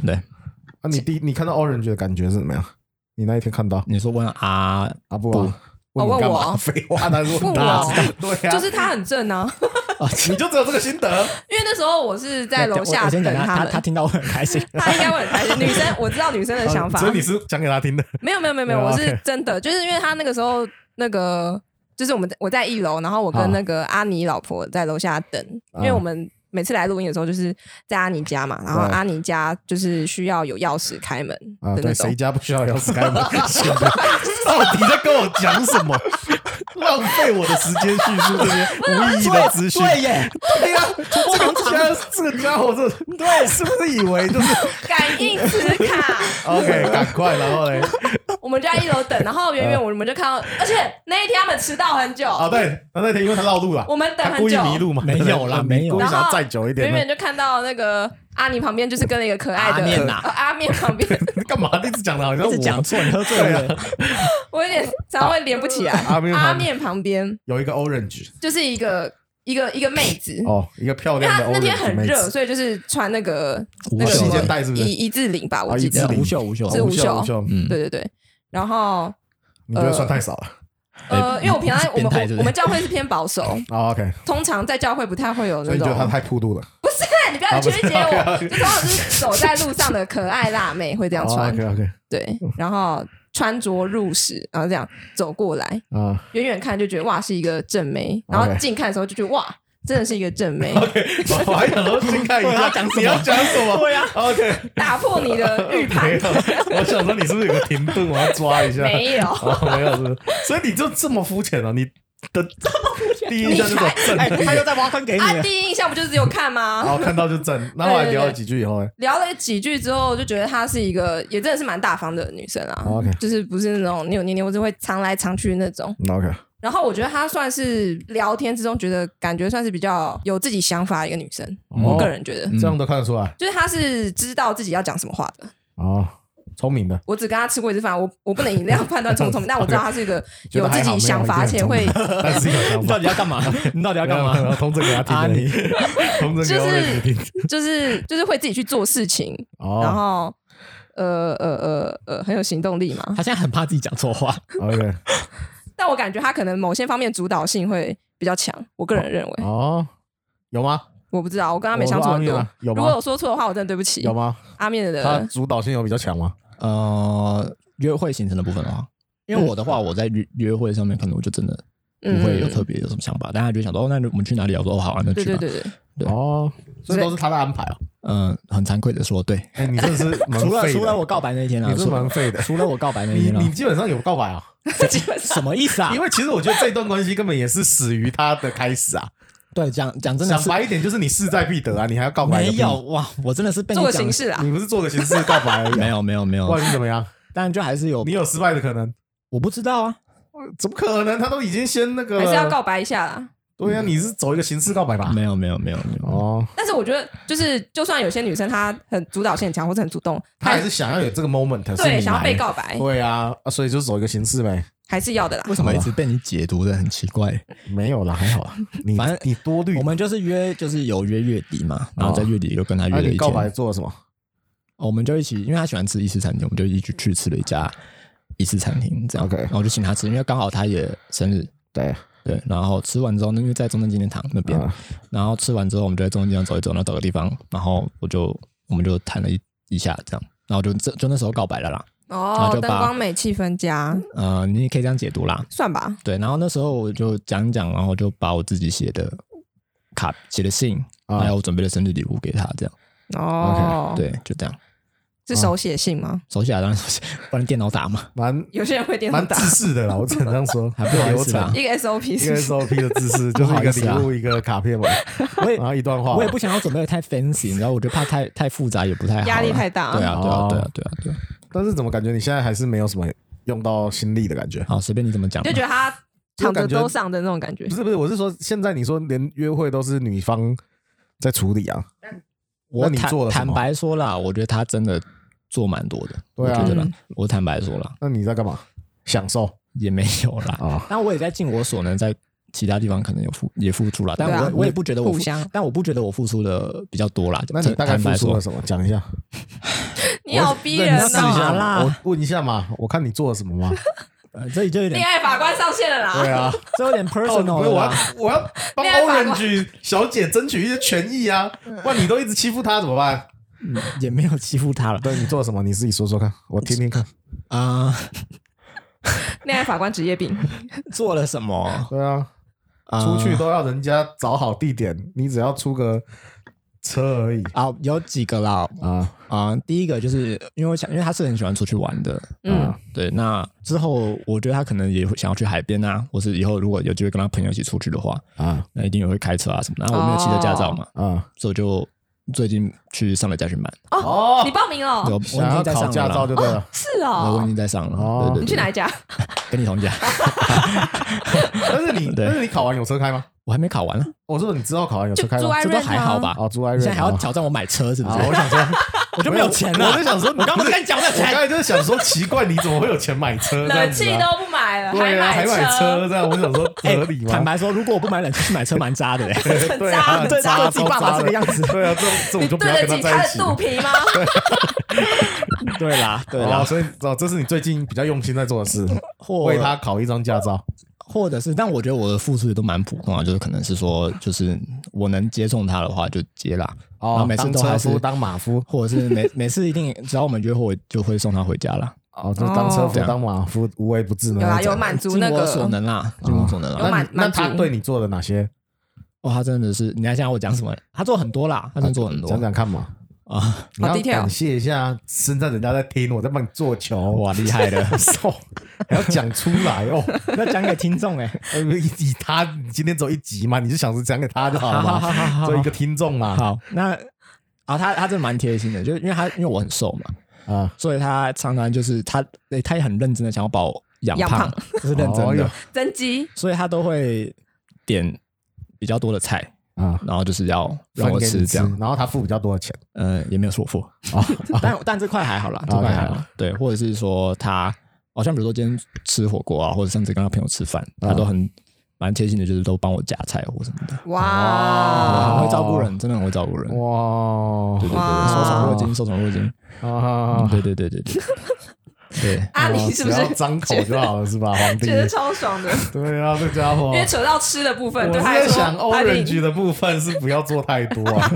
Speaker 1: 对，
Speaker 2: 啊，你第一你看到 Orange 的感觉是怎么样？你那一天看到
Speaker 1: 你说问啊，
Speaker 2: 啊不啊？
Speaker 3: 不
Speaker 2: 我干
Speaker 3: 哦问
Speaker 2: 嘛？
Speaker 3: 我
Speaker 2: (laughs) 废话，那是
Speaker 3: 问我
Speaker 2: 大家对呀，
Speaker 3: 就是他很正啊，
Speaker 2: 你就只有这个心得，
Speaker 3: 因为那时候我是在
Speaker 1: 我
Speaker 3: 楼下
Speaker 1: 我先
Speaker 3: 等
Speaker 1: 讲他，他
Speaker 3: 们
Speaker 1: 他，听到我很开 (laughs) 心。
Speaker 3: 他应该会很开心。女生，我知道女生 (laughs) 的想法
Speaker 2: 啊所，以哦你是讲给她听的。
Speaker 3: 没有没有没有没有，
Speaker 2: 对啊
Speaker 3: 我
Speaker 2: OK
Speaker 3: 是真的，就是因为他那个时候那个，就是我们在我在一楼，然后我
Speaker 2: 好
Speaker 3: 跟那个阿尼老婆在楼下等，因为我们每次来录音的时候就是在阿尼家嘛，然后
Speaker 2: 对
Speaker 3: 阿尼家就是需要有钥匙开门
Speaker 2: 啊，
Speaker 3: 的那
Speaker 2: 对，谁
Speaker 3: 种。
Speaker 2: 家不需要钥匙开门？ (laughs) 到底在跟我讲什么？ (laughs) 浪费我的时间叙述这些无意义的
Speaker 3: (laughs)
Speaker 2: 资讯。
Speaker 1: 对耶，
Speaker 2: 对呀、这个家这个家伙这对是不是以为就是
Speaker 3: (laughs) 感应磁卡，
Speaker 2: (laughs) OK？赶快，然后嘞，
Speaker 3: 我们就在一楼
Speaker 2: (laughs)
Speaker 3: 等，然后远远我们就看到，而且那一天他们迟到很久，
Speaker 2: 啊对，他那天因为他绕路了，
Speaker 3: 我们等
Speaker 2: 他
Speaker 3: 很
Speaker 2: 故意
Speaker 3: 久，
Speaker 2: 迷路嘛，
Speaker 1: 没有啦
Speaker 2: 对不对
Speaker 1: 没有
Speaker 2: 故意
Speaker 3: 然
Speaker 2: 想要
Speaker 3: 后
Speaker 2: 再久一点
Speaker 3: 远
Speaker 2: 呢。
Speaker 3: 远就看到那个阿尼旁边就是跟了一个可爱
Speaker 1: 阿
Speaker 3: 的
Speaker 1: 面
Speaker 2: 啊
Speaker 1: 呐
Speaker 3: 呃阿面旁边，
Speaker 2: (laughs) 你干嘛一直讲的好像
Speaker 1: 一直讲
Speaker 2: 我
Speaker 1: 错，你喝醉
Speaker 2: 对
Speaker 1: 了。
Speaker 3: 我有点常常会连不起来。
Speaker 2: 啊阿面旁
Speaker 3: 阿面旁边
Speaker 2: 有一个 orange
Speaker 3: 就是一个一个一个妹子，因
Speaker 2: 哦，一个漂
Speaker 3: 为
Speaker 2: 亮
Speaker 3: 她
Speaker 2: 的 orange
Speaker 3: 那天很
Speaker 2: 妹子
Speaker 3: 热，所以就是穿那个
Speaker 1: 无
Speaker 3: 那个
Speaker 1: 袖
Speaker 3: 什
Speaker 1: 披
Speaker 3: 么
Speaker 1: 肩
Speaker 2: 带是不是
Speaker 3: 一一字领吧，我
Speaker 2: 啊
Speaker 3: 记
Speaker 2: 一
Speaker 3: 得
Speaker 2: 字。领
Speaker 1: 无袖无袖，
Speaker 3: 是无
Speaker 2: 哦无袖
Speaker 3: 袖
Speaker 2: 无袖，
Speaker 1: 嗯，
Speaker 3: 对对对，然后
Speaker 2: 你觉得算太少了？哎
Speaker 3: 呃，因为我平
Speaker 2: (laughs)
Speaker 3: 常我
Speaker 1: 变
Speaker 3: 们
Speaker 1: 态是不是
Speaker 3: 我我们教会是偏保守，
Speaker 2: 哦 OK，
Speaker 3: 通常在教会不太会有
Speaker 2: 所
Speaker 3: 那
Speaker 2: 以你觉
Speaker 3: 种
Speaker 2: 得他太铺路了？
Speaker 3: 不是， (laughs) 你不要曲解
Speaker 2: 啊
Speaker 3: 我，(laughs)
Speaker 2: (laughs) 不是
Speaker 3: 就通常是走在路上的可爱辣妹会这样穿，
Speaker 2: 哦 OK OK
Speaker 3: 对，然后穿着入时，然后这样走过来，
Speaker 2: 啊，
Speaker 3: 远远看就觉得哇是一个正妹，然后
Speaker 2: OK
Speaker 3: 近看的时候就觉得哇真的是一个正
Speaker 2: (laughs)
Speaker 3: 妹，
Speaker 2: (laughs) 我还想说先看一
Speaker 1: 我
Speaker 2: 下
Speaker 1: 要讲什么
Speaker 2: 你要讲什么？对呀，OK，
Speaker 3: 打破你的预
Speaker 2: (laughs) 没
Speaker 3: 判
Speaker 2: 有，我想说你是不是有个停顿，我要抓一下。
Speaker 3: 没有，
Speaker 2: 哦，没有是不是， (laughs) 所以你就这么肤浅了，啊你的第一印象就走正，
Speaker 1: 哎，
Speaker 2: (laughs)
Speaker 1: 他又在挖坑给你
Speaker 3: 啊
Speaker 1: 了。
Speaker 3: 第一印象不就是只有看
Speaker 2: 然
Speaker 3: 吗？
Speaker 2: 后看到就正，然后还聊了几句以后呢，哎
Speaker 3: 聊了几句之后，就觉得她是一个也真的是蛮大方的女生啊
Speaker 2: 哦 OK
Speaker 3: 就是不是那种扭扭捏捏或者会藏来藏去那种。
Speaker 2: 那 OK，
Speaker 3: 然后我觉得她算是聊天之中，觉得感觉算是比较有自己想法的一个女生。
Speaker 2: 哦
Speaker 3: 我个人觉得，
Speaker 2: 这样都看得出来
Speaker 3: 就是她是知道自己要讲什么话的。
Speaker 2: 哦，聪
Speaker 1: (laughs)
Speaker 2: 明的，
Speaker 3: 我只跟她吃过一次饭，我我不能以量判断聪不聪明，但我知道她是一个
Speaker 2: 觉
Speaker 3: 有
Speaker 2: 得
Speaker 3: 自
Speaker 2: 还好
Speaker 3: 己想法，而且
Speaker 2: (laughs)
Speaker 3: 会
Speaker 2: 但是有想
Speaker 1: 你到
Speaker 2: 法
Speaker 1: 底。要干 (laughs) 嘛？你到底要干
Speaker 2: 没有没有
Speaker 1: 嘛？
Speaker 2: 通知给他听
Speaker 1: 啊
Speaker 2: 而已
Speaker 1: 你，
Speaker 2: 通知给
Speaker 3: 就是
Speaker 2: Orange 听。
Speaker 3: 就是就是会自己去做事情，然
Speaker 2: 哦
Speaker 3: 后呃呃呃呃很有行动力嘛。
Speaker 1: 他现在很怕自己讲错话。
Speaker 2: ，OK，
Speaker 3: 但我感觉她可能某些方面主导性会比较强，我个人认为，
Speaker 2: 哦，有吗？
Speaker 3: 我不知道，我跟她没
Speaker 2: 我
Speaker 3: 相处
Speaker 2: 说阿
Speaker 3: 很
Speaker 2: 面
Speaker 3: 多
Speaker 2: 啊。有
Speaker 3: 如果
Speaker 2: 吗
Speaker 3: 有？说错的话，我真的对不起。
Speaker 2: 有吗？
Speaker 3: 阿面
Speaker 2: 他
Speaker 3: 的
Speaker 2: 主导性有比较强吗？
Speaker 1: 呃，约会行程的部分的话，因为我的话，我在约约会上面可能我就真的不会
Speaker 3: (laughs)
Speaker 1: 有特别有什么想法，大家就想说，哦，那我们去哪里啊？我说，哦，好啊，那去
Speaker 3: 嗯对
Speaker 1: 吧。
Speaker 3: 对对对，
Speaker 1: 对
Speaker 2: 哦，所以都是他的安排哦。
Speaker 1: 嗯、很惭愧的说，对，
Speaker 2: 哎，你真的 (laughs) 是蛮
Speaker 1: 除了
Speaker 2: 废的
Speaker 1: 除了我，告白那一天啊，
Speaker 2: 你是
Speaker 1: 除
Speaker 2: 蛮废的。
Speaker 1: 除了我告白那一
Speaker 2: 你
Speaker 1: 天啊
Speaker 2: 你，基本上有告白啊？ (laughs)
Speaker 3: 基本
Speaker 1: 什
Speaker 3: 上
Speaker 1: 么意思啊
Speaker 2: 因？为其实我觉得这段关系根本也是始于他的开始啊。
Speaker 1: (laughs) 对，讲讲真的
Speaker 2: 讲
Speaker 1: 是
Speaker 2: 白一点，就是你势在必得啊，你还要告白？
Speaker 1: 没有，哇，我真的是被你
Speaker 3: 做个
Speaker 1: 讲
Speaker 3: 形式啊。
Speaker 2: 你不是做个形式告白而已、
Speaker 1: (laughs) 没
Speaker 2: 啊？
Speaker 1: 有没有没
Speaker 2: 不
Speaker 1: 有，
Speaker 2: 然是怎么样？
Speaker 1: 但就还是有
Speaker 2: 你，有失败的可能？
Speaker 1: 我不知道啊，
Speaker 2: 怎么可能？他都已经先那个了，
Speaker 3: 还是要告白一下啦。啊
Speaker 2: 对呀、你是走一个形式告白吧？
Speaker 1: 没有没有没有没有，
Speaker 2: 哦，
Speaker 3: 但是我觉得，就是就算有些女生她很主导性很强或者很主动，
Speaker 2: 他
Speaker 3: 她
Speaker 2: 还是想要有这个 moment，是
Speaker 3: 对
Speaker 2: 你
Speaker 3: 想要
Speaker 2: 来
Speaker 3: 被
Speaker 2: 的
Speaker 3: 告白，
Speaker 2: 对啊，啊所以就走一个形式呗，
Speaker 3: 还是要的啦。
Speaker 1: 为什么一直被你解读的很奇怪？
Speaker 2: 没有啦，还好啦，你
Speaker 1: 反正
Speaker 2: 你多虑
Speaker 1: 我，们就是约，就是有约月底嘛，然后在月底又跟他约
Speaker 2: 哦那
Speaker 1: 了一天，
Speaker 2: 你告白做了什么？
Speaker 1: 哦我们就一起，因为他喜欢吃意式餐厅，我们就一起去吃了一家意式餐厅，这样。
Speaker 2: OK
Speaker 1: 然后我就请他吃，因为刚好他也生日，
Speaker 2: 对，啊
Speaker 1: 对。然后吃完之后呢，因为在中正纪念堂那边，
Speaker 2: 嗯
Speaker 1: 然后吃完之后，我们就在中正纪念堂走一走，然后找个地方，然后我就我们就谈了一一下这样，然后就这就那时候告白了啦，然
Speaker 3: 哦
Speaker 1: 后，就
Speaker 3: 灯
Speaker 1: 把
Speaker 3: 光美，气氛佳，
Speaker 1: 呃，你也可以这样解读啦，
Speaker 3: 算吧。
Speaker 1: 对。然后那时候我就讲一讲，然后就把我自己写的卡、写的信，
Speaker 2: 啊
Speaker 1: 还有我准备的生日礼物给他，这样，
Speaker 3: 哦，，
Speaker 1: 对，就这样。
Speaker 3: 是
Speaker 2: 啊
Speaker 3: 手写信吗？
Speaker 1: 手写啊，当然手写，不然电脑打嘛。
Speaker 2: 蛮
Speaker 3: 有些人会电话
Speaker 2: 蛮
Speaker 3: 打
Speaker 2: 自私的啦，我只能这样说，还
Speaker 1: 不好意
Speaker 2: 流
Speaker 1: 思啦
Speaker 2: 程。
Speaker 3: 一个 SOP，
Speaker 2: 一
Speaker 3: 是
Speaker 2: 个
Speaker 3: 不是
Speaker 2: SOP 的姿势，就
Speaker 1: 不
Speaker 2: 是一个
Speaker 1: 好意思啊
Speaker 2: 礼物，一个卡片嘛， (laughs)
Speaker 1: 我也
Speaker 2: 然后啊一段话。
Speaker 1: 我也不想要准备的太 fancy，你知道，我就怕太太复杂也不太好啦，
Speaker 3: 压力太大
Speaker 1: 对啊，对啊，
Speaker 2: 哦
Speaker 1: 对啊，对啊，对啊。
Speaker 2: 但是怎么感觉你现在还是没有什么用到心力的感觉？
Speaker 1: 好，随便你怎么讲吧
Speaker 3: 就。觉得他躺着都上的那种感觉
Speaker 2: 不。是不是，我是说现在你说连约会都是女方在处理啊，
Speaker 1: 我
Speaker 2: 那你
Speaker 1: 坦
Speaker 2: 做了什么
Speaker 1: 坦白说啦，我觉得他真的做蛮多的，
Speaker 2: 对啊
Speaker 1: 我觉得啦
Speaker 3: 嗯，
Speaker 1: 我坦白说啦，
Speaker 2: 那你在干嘛？享受
Speaker 1: 也没有啦。
Speaker 2: 啊？
Speaker 1: 但我也在尽我所能，在其他地方可能有付也付出啦，但
Speaker 3: 对啊
Speaker 1: 我我也不觉得我
Speaker 3: 互
Speaker 1: 付
Speaker 3: 相，
Speaker 1: 但我不觉得我付出的比较多啦。
Speaker 2: 那你大概
Speaker 1: 坦
Speaker 2: 付
Speaker 1: 白
Speaker 2: 出
Speaker 1: 说
Speaker 2: 了，什么？讲一下。
Speaker 3: 你好逼人
Speaker 2: 认识一下
Speaker 3: 哦！
Speaker 1: 啦
Speaker 2: 嘛，我问一下嘛，我看你做了什
Speaker 3: (laughs)
Speaker 2: 么嘛？
Speaker 1: 呃这里就有
Speaker 3: 恋
Speaker 1: 点，
Speaker 3: 爱法官上线了啦！
Speaker 2: 对啊，
Speaker 1: 这有点
Speaker 2: (laughs) 哦
Speaker 3: Oh
Speaker 1: personal
Speaker 2: 不
Speaker 1: 了
Speaker 2: 是我
Speaker 1: 啦
Speaker 2: 要。我要帮
Speaker 3: 恋爱法官
Speaker 2: Orange 小姐争取一些权益啊，
Speaker 3: 嗯
Speaker 2: 不然你都一直欺负她怎么办？
Speaker 1: 嗯也没有欺负他了
Speaker 2: 对你做了什么？你自己说说看，我听听看。 (laughs)
Speaker 1: 啊。
Speaker 3: 恋爱法官职业病，
Speaker 1: 做了什么？
Speaker 2: 对啊，
Speaker 1: 啊
Speaker 2: 出去都要人家找好地点，你只要出个车而已
Speaker 1: 啊，有几个啦
Speaker 2: 啊。
Speaker 1: 啊、第一个就是因为我想，因为他是很喜欢出去玩的，
Speaker 3: 嗯
Speaker 2: 啊，
Speaker 1: 对。那之后我觉得他可能也会想要去海边啊，或是以后如果有机会跟他朋友一起出去的话，
Speaker 2: 啊
Speaker 1: 那一定也会开车啊什么的。然后我没有汽车驾照嘛，
Speaker 3: 哦
Speaker 2: 啊！
Speaker 1: 所以我就最近去上了驾训班，
Speaker 2: 哦
Speaker 3: 你，报名了
Speaker 1: 对，我我
Speaker 3: 哦？
Speaker 1: 已
Speaker 2: 想要
Speaker 1: 经在上
Speaker 2: 考
Speaker 1: 了
Speaker 2: 驾照
Speaker 1: 啦，
Speaker 2: 就对了。
Speaker 3: 是
Speaker 1: 我我已
Speaker 3: 哦，
Speaker 1: 经在上了，
Speaker 2: 哦
Speaker 1: 对对对，
Speaker 3: 你去哪一家？
Speaker 1: 跟你同
Speaker 2: (laughs)
Speaker 1: 家，
Speaker 2: 但是你，
Speaker 1: 对
Speaker 2: 但是你考完有车开吗？
Speaker 1: 我还没考完呢，
Speaker 2: 我说你之后考完有车开
Speaker 3: 就
Speaker 2: 吗
Speaker 3: 住？在
Speaker 1: 这都还好吧？
Speaker 2: 哦，朱爱
Speaker 1: 你
Speaker 2: 瑞，
Speaker 1: 现在还要
Speaker 2: 哦
Speaker 1: 挑战我买车是不
Speaker 2: 啊！
Speaker 1: 是？
Speaker 2: 我想说，
Speaker 1: (laughs) 我就没有钱了。
Speaker 2: 我就想说，
Speaker 1: 我刚不是跟你讲我没有
Speaker 2: 我刚
Speaker 1: 钱？
Speaker 2: 才就是想说，奇怪，你怎么会有钱买车？这样
Speaker 3: (laughs) 冷
Speaker 2: 子
Speaker 3: 气
Speaker 2: 啊
Speaker 3: 都不买了，
Speaker 2: 对啊，还买
Speaker 3: 车，
Speaker 2: 车这样，我想说合理
Speaker 1: 哎坦
Speaker 2: 吗？
Speaker 1: 白说，如果我不买冷气去买车，蛮渣的欸嘞。
Speaker 2: (laughs)
Speaker 3: 很
Speaker 2: 对啊，
Speaker 3: 渣，很
Speaker 1: 对
Speaker 3: 渣。
Speaker 1: 对自己爸爸这个样子
Speaker 2: 对啊，这种这种
Speaker 3: 你
Speaker 2: 就不
Speaker 3: 对
Speaker 2: 要
Speaker 3: 得
Speaker 2: 跟他
Speaker 3: 起
Speaker 2: 在
Speaker 3: 他
Speaker 2: 一
Speaker 3: 的
Speaker 2: 起。
Speaker 3: 肚皮 (laughs) 吗？
Speaker 1: 对啦，对
Speaker 2: 哦，
Speaker 1: 啦，
Speaker 2: 所以哦，这是你最近比较用心在做的事，
Speaker 1: 或
Speaker 2: 为他考一张驾照。
Speaker 1: 或者是，但我觉得我的付出也都蛮普通啊，就是可能是说，就是我能接送他的话就接啦，然后每次
Speaker 2: 哦当
Speaker 1: 都还
Speaker 2: 车
Speaker 1: 是
Speaker 2: 夫，当马夫，
Speaker 1: 或者是每每次一定只要我们约会，我就会送他回家啦，
Speaker 2: 哦，就是当车夫
Speaker 1: 哦
Speaker 2: 当马夫，无微不至呢。
Speaker 3: 有啦，
Speaker 2: 那种
Speaker 3: 有 (laughs) 满足
Speaker 1: 尽
Speaker 3: 那
Speaker 1: 我
Speaker 3: 个嗯哦
Speaker 1: 所能啦，尽我所能
Speaker 3: 有
Speaker 1: 啦。
Speaker 2: 那
Speaker 3: 满
Speaker 2: 你那
Speaker 3: 满足
Speaker 2: 他对你做了哪些？
Speaker 1: 哇，他真的是，你还想要我讲什么？他做很多啦，他真的做很多
Speaker 2: 讲讲看嘛。
Speaker 1: 啊，
Speaker 2: 你要
Speaker 3: detail
Speaker 2: 感谢一下，现在人家在听，我在帮你做球，！
Speaker 1: 哇，厉害了
Speaker 2: 哦， (laughs) 还要讲出来
Speaker 1: (laughs)
Speaker 2: 哦。
Speaker 1: 要讲给听众
Speaker 2: (laughs)
Speaker 1: 哎，
Speaker 2: 呃以以他，你今天只有一集嘛，你就想着讲给他就好了
Speaker 1: 好好
Speaker 2: 嘛，
Speaker 1: 好 (laughs) 好
Speaker 2: 做一
Speaker 1: 好
Speaker 2: 个听众嘛。
Speaker 1: 好，那啊，他他真的蛮贴心的，就是因为他因为我很瘦嘛，
Speaker 2: 啊，
Speaker 1: 所以他常常就是他诶他也很认真的想要把我养
Speaker 3: 养
Speaker 1: 胖
Speaker 3: 胖，
Speaker 1: 这是认真的
Speaker 2: 哦。
Speaker 3: 增肌，
Speaker 1: 所以他都会点比较多的菜，
Speaker 2: 哟啊，
Speaker 1: 然后就是要让
Speaker 2: 分
Speaker 1: 我
Speaker 2: 给
Speaker 1: 吃
Speaker 2: 你
Speaker 1: 这样。
Speaker 2: 然后他付比较多的钱
Speaker 1: 呃，也没有说我付，
Speaker 2: 啊。
Speaker 1: (laughs) 但但这块还好啦，这块还好。对，或者是说他，好像比如说今天吃火锅啊，或者上次跟他朋友吃饭，他都很蛮贴心的，就是都帮我夹菜或什么的，
Speaker 3: 哇，
Speaker 1: 很会照顾人，真的很会照顾人。
Speaker 2: 哇
Speaker 1: 对对
Speaker 3: 哇
Speaker 1: 对，受宠若惊，受宠若惊。
Speaker 2: 啊！
Speaker 1: 对对对对对对。
Speaker 3: 阿
Speaker 2: 哇
Speaker 3: 里啊哦是不
Speaker 2: 只
Speaker 3: 是
Speaker 2: 要张口就好了是吧，皇帝
Speaker 3: 觉？得超爽的？
Speaker 2: 对啊，这家伙
Speaker 3: 因。为扯到吃的部分，
Speaker 2: 我
Speaker 3: 对
Speaker 2: 是
Speaker 3: 他来
Speaker 2: 在
Speaker 3: 说，
Speaker 2: 想
Speaker 3: 他一定
Speaker 2: orange 的部分是不要做太多
Speaker 1: (laughs)
Speaker 2: 啊，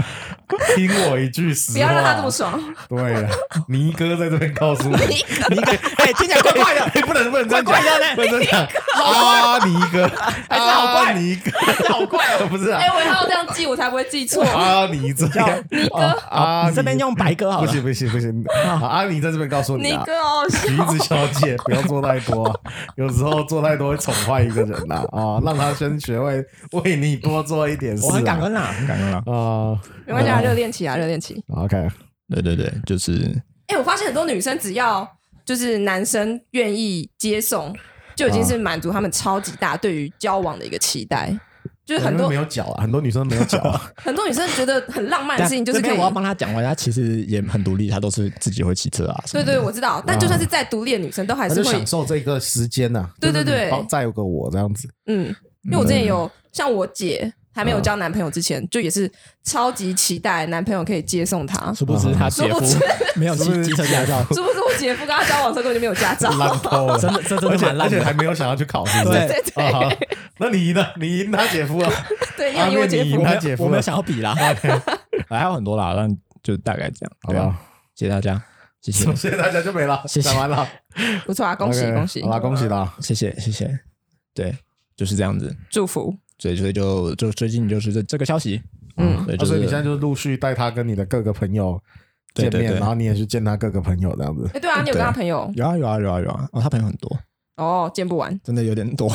Speaker 2: 听我一句实话，
Speaker 3: 不要让他这么。爽。 (laughs)
Speaker 2: 对啊，尼哥在这边告诉你，
Speaker 1: 你哎，听起来怪怪的，
Speaker 2: 哎，不能不能这样讲，
Speaker 1: 怪怪的呢
Speaker 2: 不能这样讲。阿尼哥，还
Speaker 1: 是哎好怪
Speaker 2: 尼哥，
Speaker 1: 好怪。哦
Speaker 2: 不是啊
Speaker 3: 哎，，我要这样记，我才不会记错。
Speaker 2: 阿尼这样，尼哥，阿
Speaker 1: 你这边用白鸽好
Speaker 2: 啊
Speaker 1: 了
Speaker 2: 不行，不行不行，好阿尼在这边告诉你
Speaker 3: 你
Speaker 2: 啊。
Speaker 3: 哥哦，
Speaker 2: 橘子小姐，不要做太多啊，有时候做太多会宠坏一个人呐啊，让他先学会为你多做一点事啊。
Speaker 1: 我很感恩啦，很感恩啦。
Speaker 2: 啊，
Speaker 3: 没关系，啊，热恋期啊，热恋期。
Speaker 2: OK，
Speaker 1: 对对对，就是
Speaker 3: 哎，我发现很多女生只要就是男生愿意接送，就已经是满足他们超级大对于交往的一个期待。就是很多
Speaker 2: 没有脚啊，很多女生没有脚啊。
Speaker 3: 很多女生觉得很浪漫的事情，就是
Speaker 1: 这
Speaker 3: 可以
Speaker 1: 边我要帮他讲完，他其实也很独立，他都是自己会骑车啊。什
Speaker 3: 对
Speaker 1: 么的
Speaker 3: 对，我知道。但
Speaker 1: 嗯
Speaker 3: 就算是再独立的女生， (laughs) 都还
Speaker 2: 他
Speaker 3: 是
Speaker 2: 就
Speaker 3: 会
Speaker 2: 享受这个时间呐，
Speaker 3: 对对
Speaker 2: 就是
Speaker 3: 对
Speaker 2: 你帮再有个我这样子，
Speaker 3: 嗯，因为我之前有像我姐还没
Speaker 1: 嗯
Speaker 3: 有交男朋友之前，就也是超级期待男朋友可以接送她。
Speaker 1: 殊不知他姐
Speaker 3: 殊
Speaker 1: 夫
Speaker 3: 不知
Speaker 1: 没有骑
Speaker 2: 殊不知
Speaker 1: 机车驾照，
Speaker 3: 是不是我姐夫跟他交往的时候根本就没有驾照？
Speaker 2: (laughs)
Speaker 1: (laughs)
Speaker 2: 烂透 (laughs) 了，
Speaker 1: 真的这真的
Speaker 2: 而且
Speaker 1: 蛮烂
Speaker 2: 而且
Speaker 1: 的
Speaker 2: 还没有想要去考试，
Speaker 1: 对
Speaker 3: 对
Speaker 2: 啊好那你赢了，你赢他姐 (laughs) 夫了，啊
Speaker 3: 对，因
Speaker 1: 啊
Speaker 3: 为因为我姐
Speaker 2: 阿妹你
Speaker 3: 夫
Speaker 2: 赢
Speaker 1: 我
Speaker 2: 他
Speaker 1: 没有
Speaker 2: 姐夫了
Speaker 1: 我没有想要比
Speaker 3: (laughs)
Speaker 1: 啦，还有很多啦，但就大概这样，
Speaker 2: 好
Speaker 1: 对
Speaker 2: 吧
Speaker 1: 啊，？谢谢大家，谢谢
Speaker 3: (laughs)
Speaker 2: 谢谢大家就没了，
Speaker 1: 谢谢
Speaker 2: 讲完了，
Speaker 3: 不错啊，恭喜
Speaker 2: OK，
Speaker 3: 恭喜
Speaker 2: 好，啦，恭喜啦，
Speaker 1: 谢谢谢谢，对，就是这样子，
Speaker 3: 祝福。
Speaker 1: 所以所以就就最近就是这这个消息，
Speaker 3: 嗯，
Speaker 1: 对，
Speaker 2: 啊
Speaker 1: 就
Speaker 2: 所以
Speaker 1: 是
Speaker 2: 你现在就陆续带他跟你的各个朋友
Speaker 1: 对
Speaker 2: 见
Speaker 1: 对
Speaker 2: 面，
Speaker 1: 对
Speaker 2: 然后你也去见他各个朋友这 (laughs) 样子。
Speaker 3: 哎，对啊，你有跟他
Speaker 1: 对
Speaker 3: 朋友
Speaker 1: 有啊有啊有啊有啊，哦，他朋友很多，
Speaker 3: 哦，见不完。
Speaker 1: 真的有点多，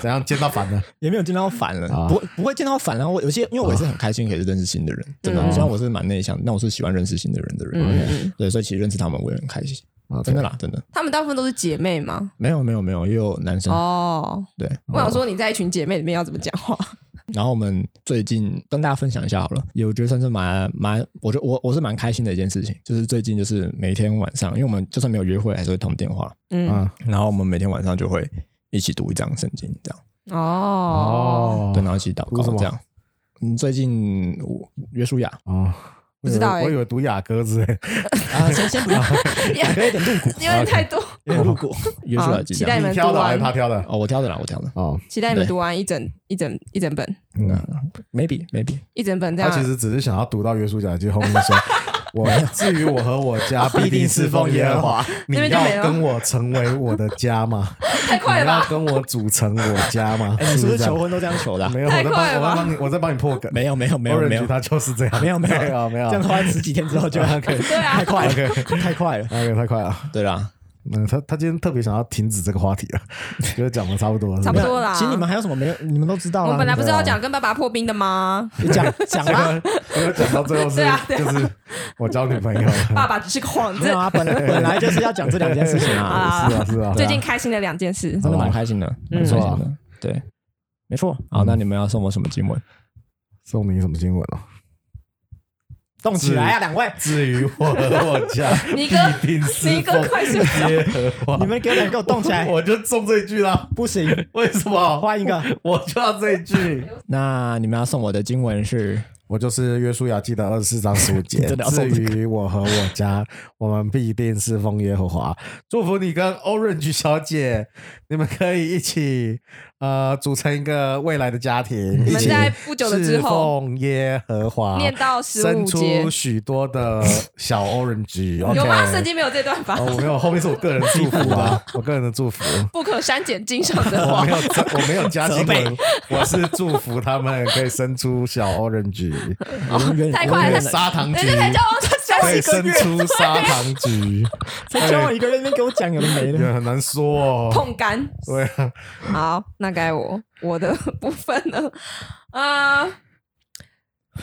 Speaker 2: 怎样见到烦了？
Speaker 1: 也没有见到反人，
Speaker 2: 啊
Speaker 1: 不会不会见到反人。我有些因为我也是很开心可以认识新的人，真的
Speaker 3: 嗯，
Speaker 1: 虽然我是蛮内向，但我是喜欢认识新的人的
Speaker 3: 嗯嗯
Speaker 1: 人，
Speaker 3: 嗯，
Speaker 1: 对，所以其实认识他们我也很开心，
Speaker 2: 啊
Speaker 1: 真的啦，真的。
Speaker 3: 他们大部分都是姐妹嘛。
Speaker 1: 没有没有没有，也有男生
Speaker 3: 哦，
Speaker 1: 对。
Speaker 3: 我想说你在一群姐妹里面要怎么讲话？
Speaker 1: 然后我们最近跟大家分享一下好了，也我觉得算是蛮蛮，我觉得我我是蛮开心的一件事情，就是最近就是每天晚上，因为我们就算没有约会，还是会通电话，
Speaker 3: 嗯，
Speaker 2: 啊
Speaker 1: 然后我们每天晚上就会一起读一张圣经，这样
Speaker 3: 哦，
Speaker 1: 对，然后一起祷
Speaker 2: 读什
Speaker 1: 告
Speaker 2: 么
Speaker 1: 这样。嗯，最近我约书亚
Speaker 2: 哦，
Speaker 3: 不知道
Speaker 2: 我以
Speaker 3: 欸
Speaker 2: 为我以为读雅歌之类。
Speaker 1: 啊，先先不 (laughs) 要，有点露骨，
Speaker 3: 因为太多，
Speaker 1: 有 (laughs) 点露骨，约书亚记
Speaker 3: 期
Speaker 1: 这
Speaker 3: 待
Speaker 1: 样。
Speaker 3: 你们
Speaker 2: 你挑
Speaker 3: 读
Speaker 2: 的还
Speaker 3: 完
Speaker 2: 是他挑的？
Speaker 1: 哦，我挑的啦，我挑的。
Speaker 2: 哦，
Speaker 3: 期待你们
Speaker 1: 对
Speaker 3: 读完一整一整一整本
Speaker 2: 嗯
Speaker 1: 那 maybe (laughs) maybe
Speaker 3: 一整本这
Speaker 2: 他
Speaker 3: 样。
Speaker 2: 其实只是想要读到约书亚记后面说，
Speaker 3: (laughs)
Speaker 2: 我至于我和我家必定侍奉耶和华，你
Speaker 3: 那边就没
Speaker 2: 要
Speaker 3: 了
Speaker 2: 跟我成为我的家吗？
Speaker 3: 太 (laughs) 快了
Speaker 2: 你
Speaker 3: 吧
Speaker 2: 要跟我组成我家
Speaker 3: (laughs)
Speaker 2: 吗？
Speaker 1: (laughs) 哎，你是不是
Speaker 2: 这样
Speaker 1: 求？婚都这样求的啊？
Speaker 2: 没有，我
Speaker 3: 太
Speaker 2: 在帮，
Speaker 3: 快了
Speaker 2: 我
Speaker 3: 吧
Speaker 2: 在帮你，我在帮你破梗。
Speaker 1: 没有没有没有没有
Speaker 2: 他就是这样，
Speaker 1: 没有没有
Speaker 2: (laughs) 没有没有，
Speaker 1: 这样的话十几天之后 (laughs) 就 OK，
Speaker 3: 对啊
Speaker 1: 太快了，太快了。
Speaker 2: 哎呦太快了。
Speaker 1: 对啦，
Speaker 2: 嗯，他他今天特别想要停止这个话题了，觉得讲的差不多了，
Speaker 3: 差不多啦
Speaker 1: 其实你们还有什么没有？你们都啊知道
Speaker 3: 我
Speaker 1: 啦。
Speaker 3: 们本来不是要讲跟爸爸破冰的吗？
Speaker 1: 你讲讲
Speaker 2: (laughs)
Speaker 1: 啊 (laughs)
Speaker 2: 这
Speaker 1: 啦，
Speaker 2: 个这个讲到最后是
Speaker 3: 啊对啊对啊
Speaker 2: 就是我交女朋友了，是
Speaker 3: 爸爸只是个幌
Speaker 1: 没
Speaker 3: 子
Speaker 1: 有。啊， (laughs) 本来本来就是要讲这两件事情 (laughs) 啊，嗯
Speaker 3: 啊
Speaker 2: 啊是啊，
Speaker 3: 最近开心的两件事，
Speaker 1: 真的蛮开心的，蛮开心
Speaker 2: 不错
Speaker 1: 的。对，没错。好，那你们要送我什么经文？
Speaker 2: 送你什么新闻哦？
Speaker 1: 动起来啊，两位！
Speaker 2: 至于我和我家，
Speaker 3: (laughs) 尼哥
Speaker 2: 必定是
Speaker 3: 尼哥快睡着
Speaker 2: 耶
Speaker 3: (laughs)
Speaker 2: 和
Speaker 1: 你
Speaker 2: 华，
Speaker 1: 们给我两个动起来，
Speaker 2: (laughs) 我就中这一句啦。
Speaker 1: 不行，
Speaker 2: 为什么？
Speaker 1: 换一个。
Speaker 2: 我就要这一句。
Speaker 1: 那你们要送我的经文是？
Speaker 2: (laughs) 我就是约书亚记的二十四章十五
Speaker 3: (laughs)
Speaker 2: 节
Speaker 1: 你真的要。送
Speaker 2: 至
Speaker 1: 这个
Speaker 2: 于我和我家，我们必定侍奉耶和华。祝福你跟 Orange 小姐，你们可以一起呃组成一个未来的家庭。
Speaker 3: 嗯你
Speaker 2: 一
Speaker 3: 们
Speaker 2: 起
Speaker 3: 在不久的之后
Speaker 2: 侍奉耶和华，
Speaker 3: 念到15
Speaker 2: 生
Speaker 3: 节
Speaker 2: 出许多的小 Orange。
Speaker 3: (laughs) 有吗？
Speaker 2: OK
Speaker 3: 圣经没有这段吧
Speaker 2: 哦，？我没有，后面是我个人的祝福啊， (laughs) 我个人的祝福。
Speaker 3: (laughs) 不可删减经上的
Speaker 2: 我
Speaker 3: 话
Speaker 2: 没，有，我没有加新
Speaker 1: 责备
Speaker 2: 闻，我是祝福他们可以生出小 orange，
Speaker 1: 永远
Speaker 3: 太快了
Speaker 1: 永远
Speaker 2: 砂糖
Speaker 3: (laughs)
Speaker 2: 橘
Speaker 3: 人家才交往三
Speaker 2: 可以
Speaker 3: 十
Speaker 2: 生
Speaker 3: 个月，
Speaker 2: 出砂糖橘，
Speaker 1: 才交往一个月，那边给我讲有的没
Speaker 2: 也
Speaker 1: 的。
Speaker 2: 很难说哦。
Speaker 3: 碰干。
Speaker 2: 对啊，
Speaker 3: 好，那该我我的部分呢？啊，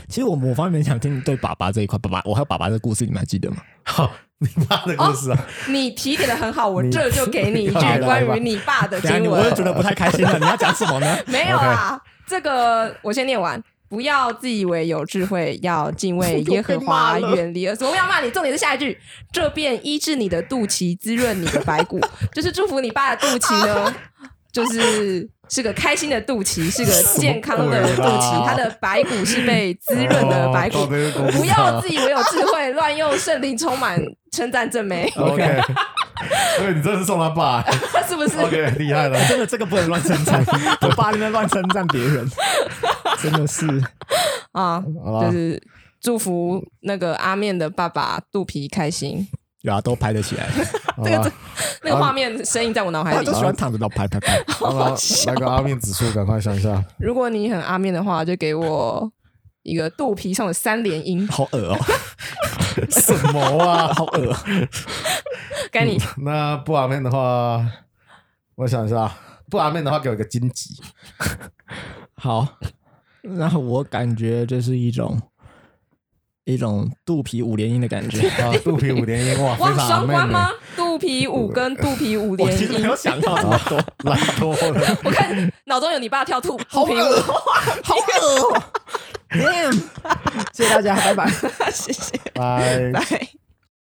Speaker 1: 其实我们我方面想听对爸爸这一块，爸爸我还有爸爸的故事，你们还记得吗？
Speaker 2: 好，你妈的故事啊，
Speaker 3: 你提点的很好，我
Speaker 2: 你
Speaker 3: 这就给你一句
Speaker 2: 好的
Speaker 3: 关于你爸的
Speaker 1: 等一下
Speaker 3: 经
Speaker 1: 你我也
Speaker 3: 文
Speaker 1: 觉。得不太开心了，你要讲什么呢？
Speaker 3: (laughs) 没有啦，这个我先念完。不要自以为有智慧，要敬畏耶和华，
Speaker 1: 我被骂了
Speaker 3: 远离恶俗。我要骂你，重点是下一句，这便医治你的肚脐，滋润你的白骨， (laughs) 就是祝福你爸的肚脐呢，就是是个开心的肚脐，是个健康的
Speaker 2: 什
Speaker 3: 肚
Speaker 2: 么鬼啦
Speaker 3: 脐，他的白骨是被滋润的白骨
Speaker 2: 哦。到底是公司啊
Speaker 3: 不要自以为有智慧，乱用圣灵充满称赞赞美，
Speaker 2: OK。对，你真的是送他爸
Speaker 3: (laughs) 是不是？
Speaker 2: ，OK，厉害了。
Speaker 1: 真的这个不能乱称赞，我爸那边乱称赞别人，真的是
Speaker 3: 啊，
Speaker 2: 好啦
Speaker 3: 就是祝福那个阿面的爸爸肚皮开心。
Speaker 1: 有啊，都拍得起来。
Speaker 2: 好
Speaker 3: 这个
Speaker 2: 吧，
Speaker 3: 那个画面声音在我脑海
Speaker 1: 他
Speaker 3: 里
Speaker 1: 就。喜欢躺着，然后拍拍拍。
Speaker 2: 好吧，来个阿面指数，赶快想一下。
Speaker 3: 如果你很阿面的话，就给我一个肚皮上的三
Speaker 1: (laughs)
Speaker 3: 连音，
Speaker 1: 好恶哦，
Speaker 2: 什么啊？
Speaker 1: 好恶！
Speaker 3: 该
Speaker 1: 嗯
Speaker 3: 你
Speaker 2: (laughs) 那不阿面的话，我想一下，不阿面的话给我一个荆棘。 (laughs)
Speaker 1: 好，那我感觉这是一种一种肚皮五连音的感觉。
Speaker 2: 啊，肚皮五连音哇，
Speaker 3: (laughs) 哇
Speaker 2: 非常
Speaker 3: 双
Speaker 2: 阿
Speaker 3: 关
Speaker 2: 妹呢
Speaker 3: 吗？肚皮
Speaker 1: (laughs)
Speaker 3: 舞跟肚皮舞
Speaker 1: 我
Speaker 3: 联
Speaker 1: 其实没有
Speaker 3: 姻。
Speaker 1: 想到这么
Speaker 3: (laughs)
Speaker 1: 多，
Speaker 2: 懒惰了。
Speaker 3: 我看脑中有你爸跳肚肚皮舞，
Speaker 1: 好恶哦 Damn 谢谢大家，拜拜。
Speaker 3: 谢谢，
Speaker 2: 拜。
Speaker 3: 拜。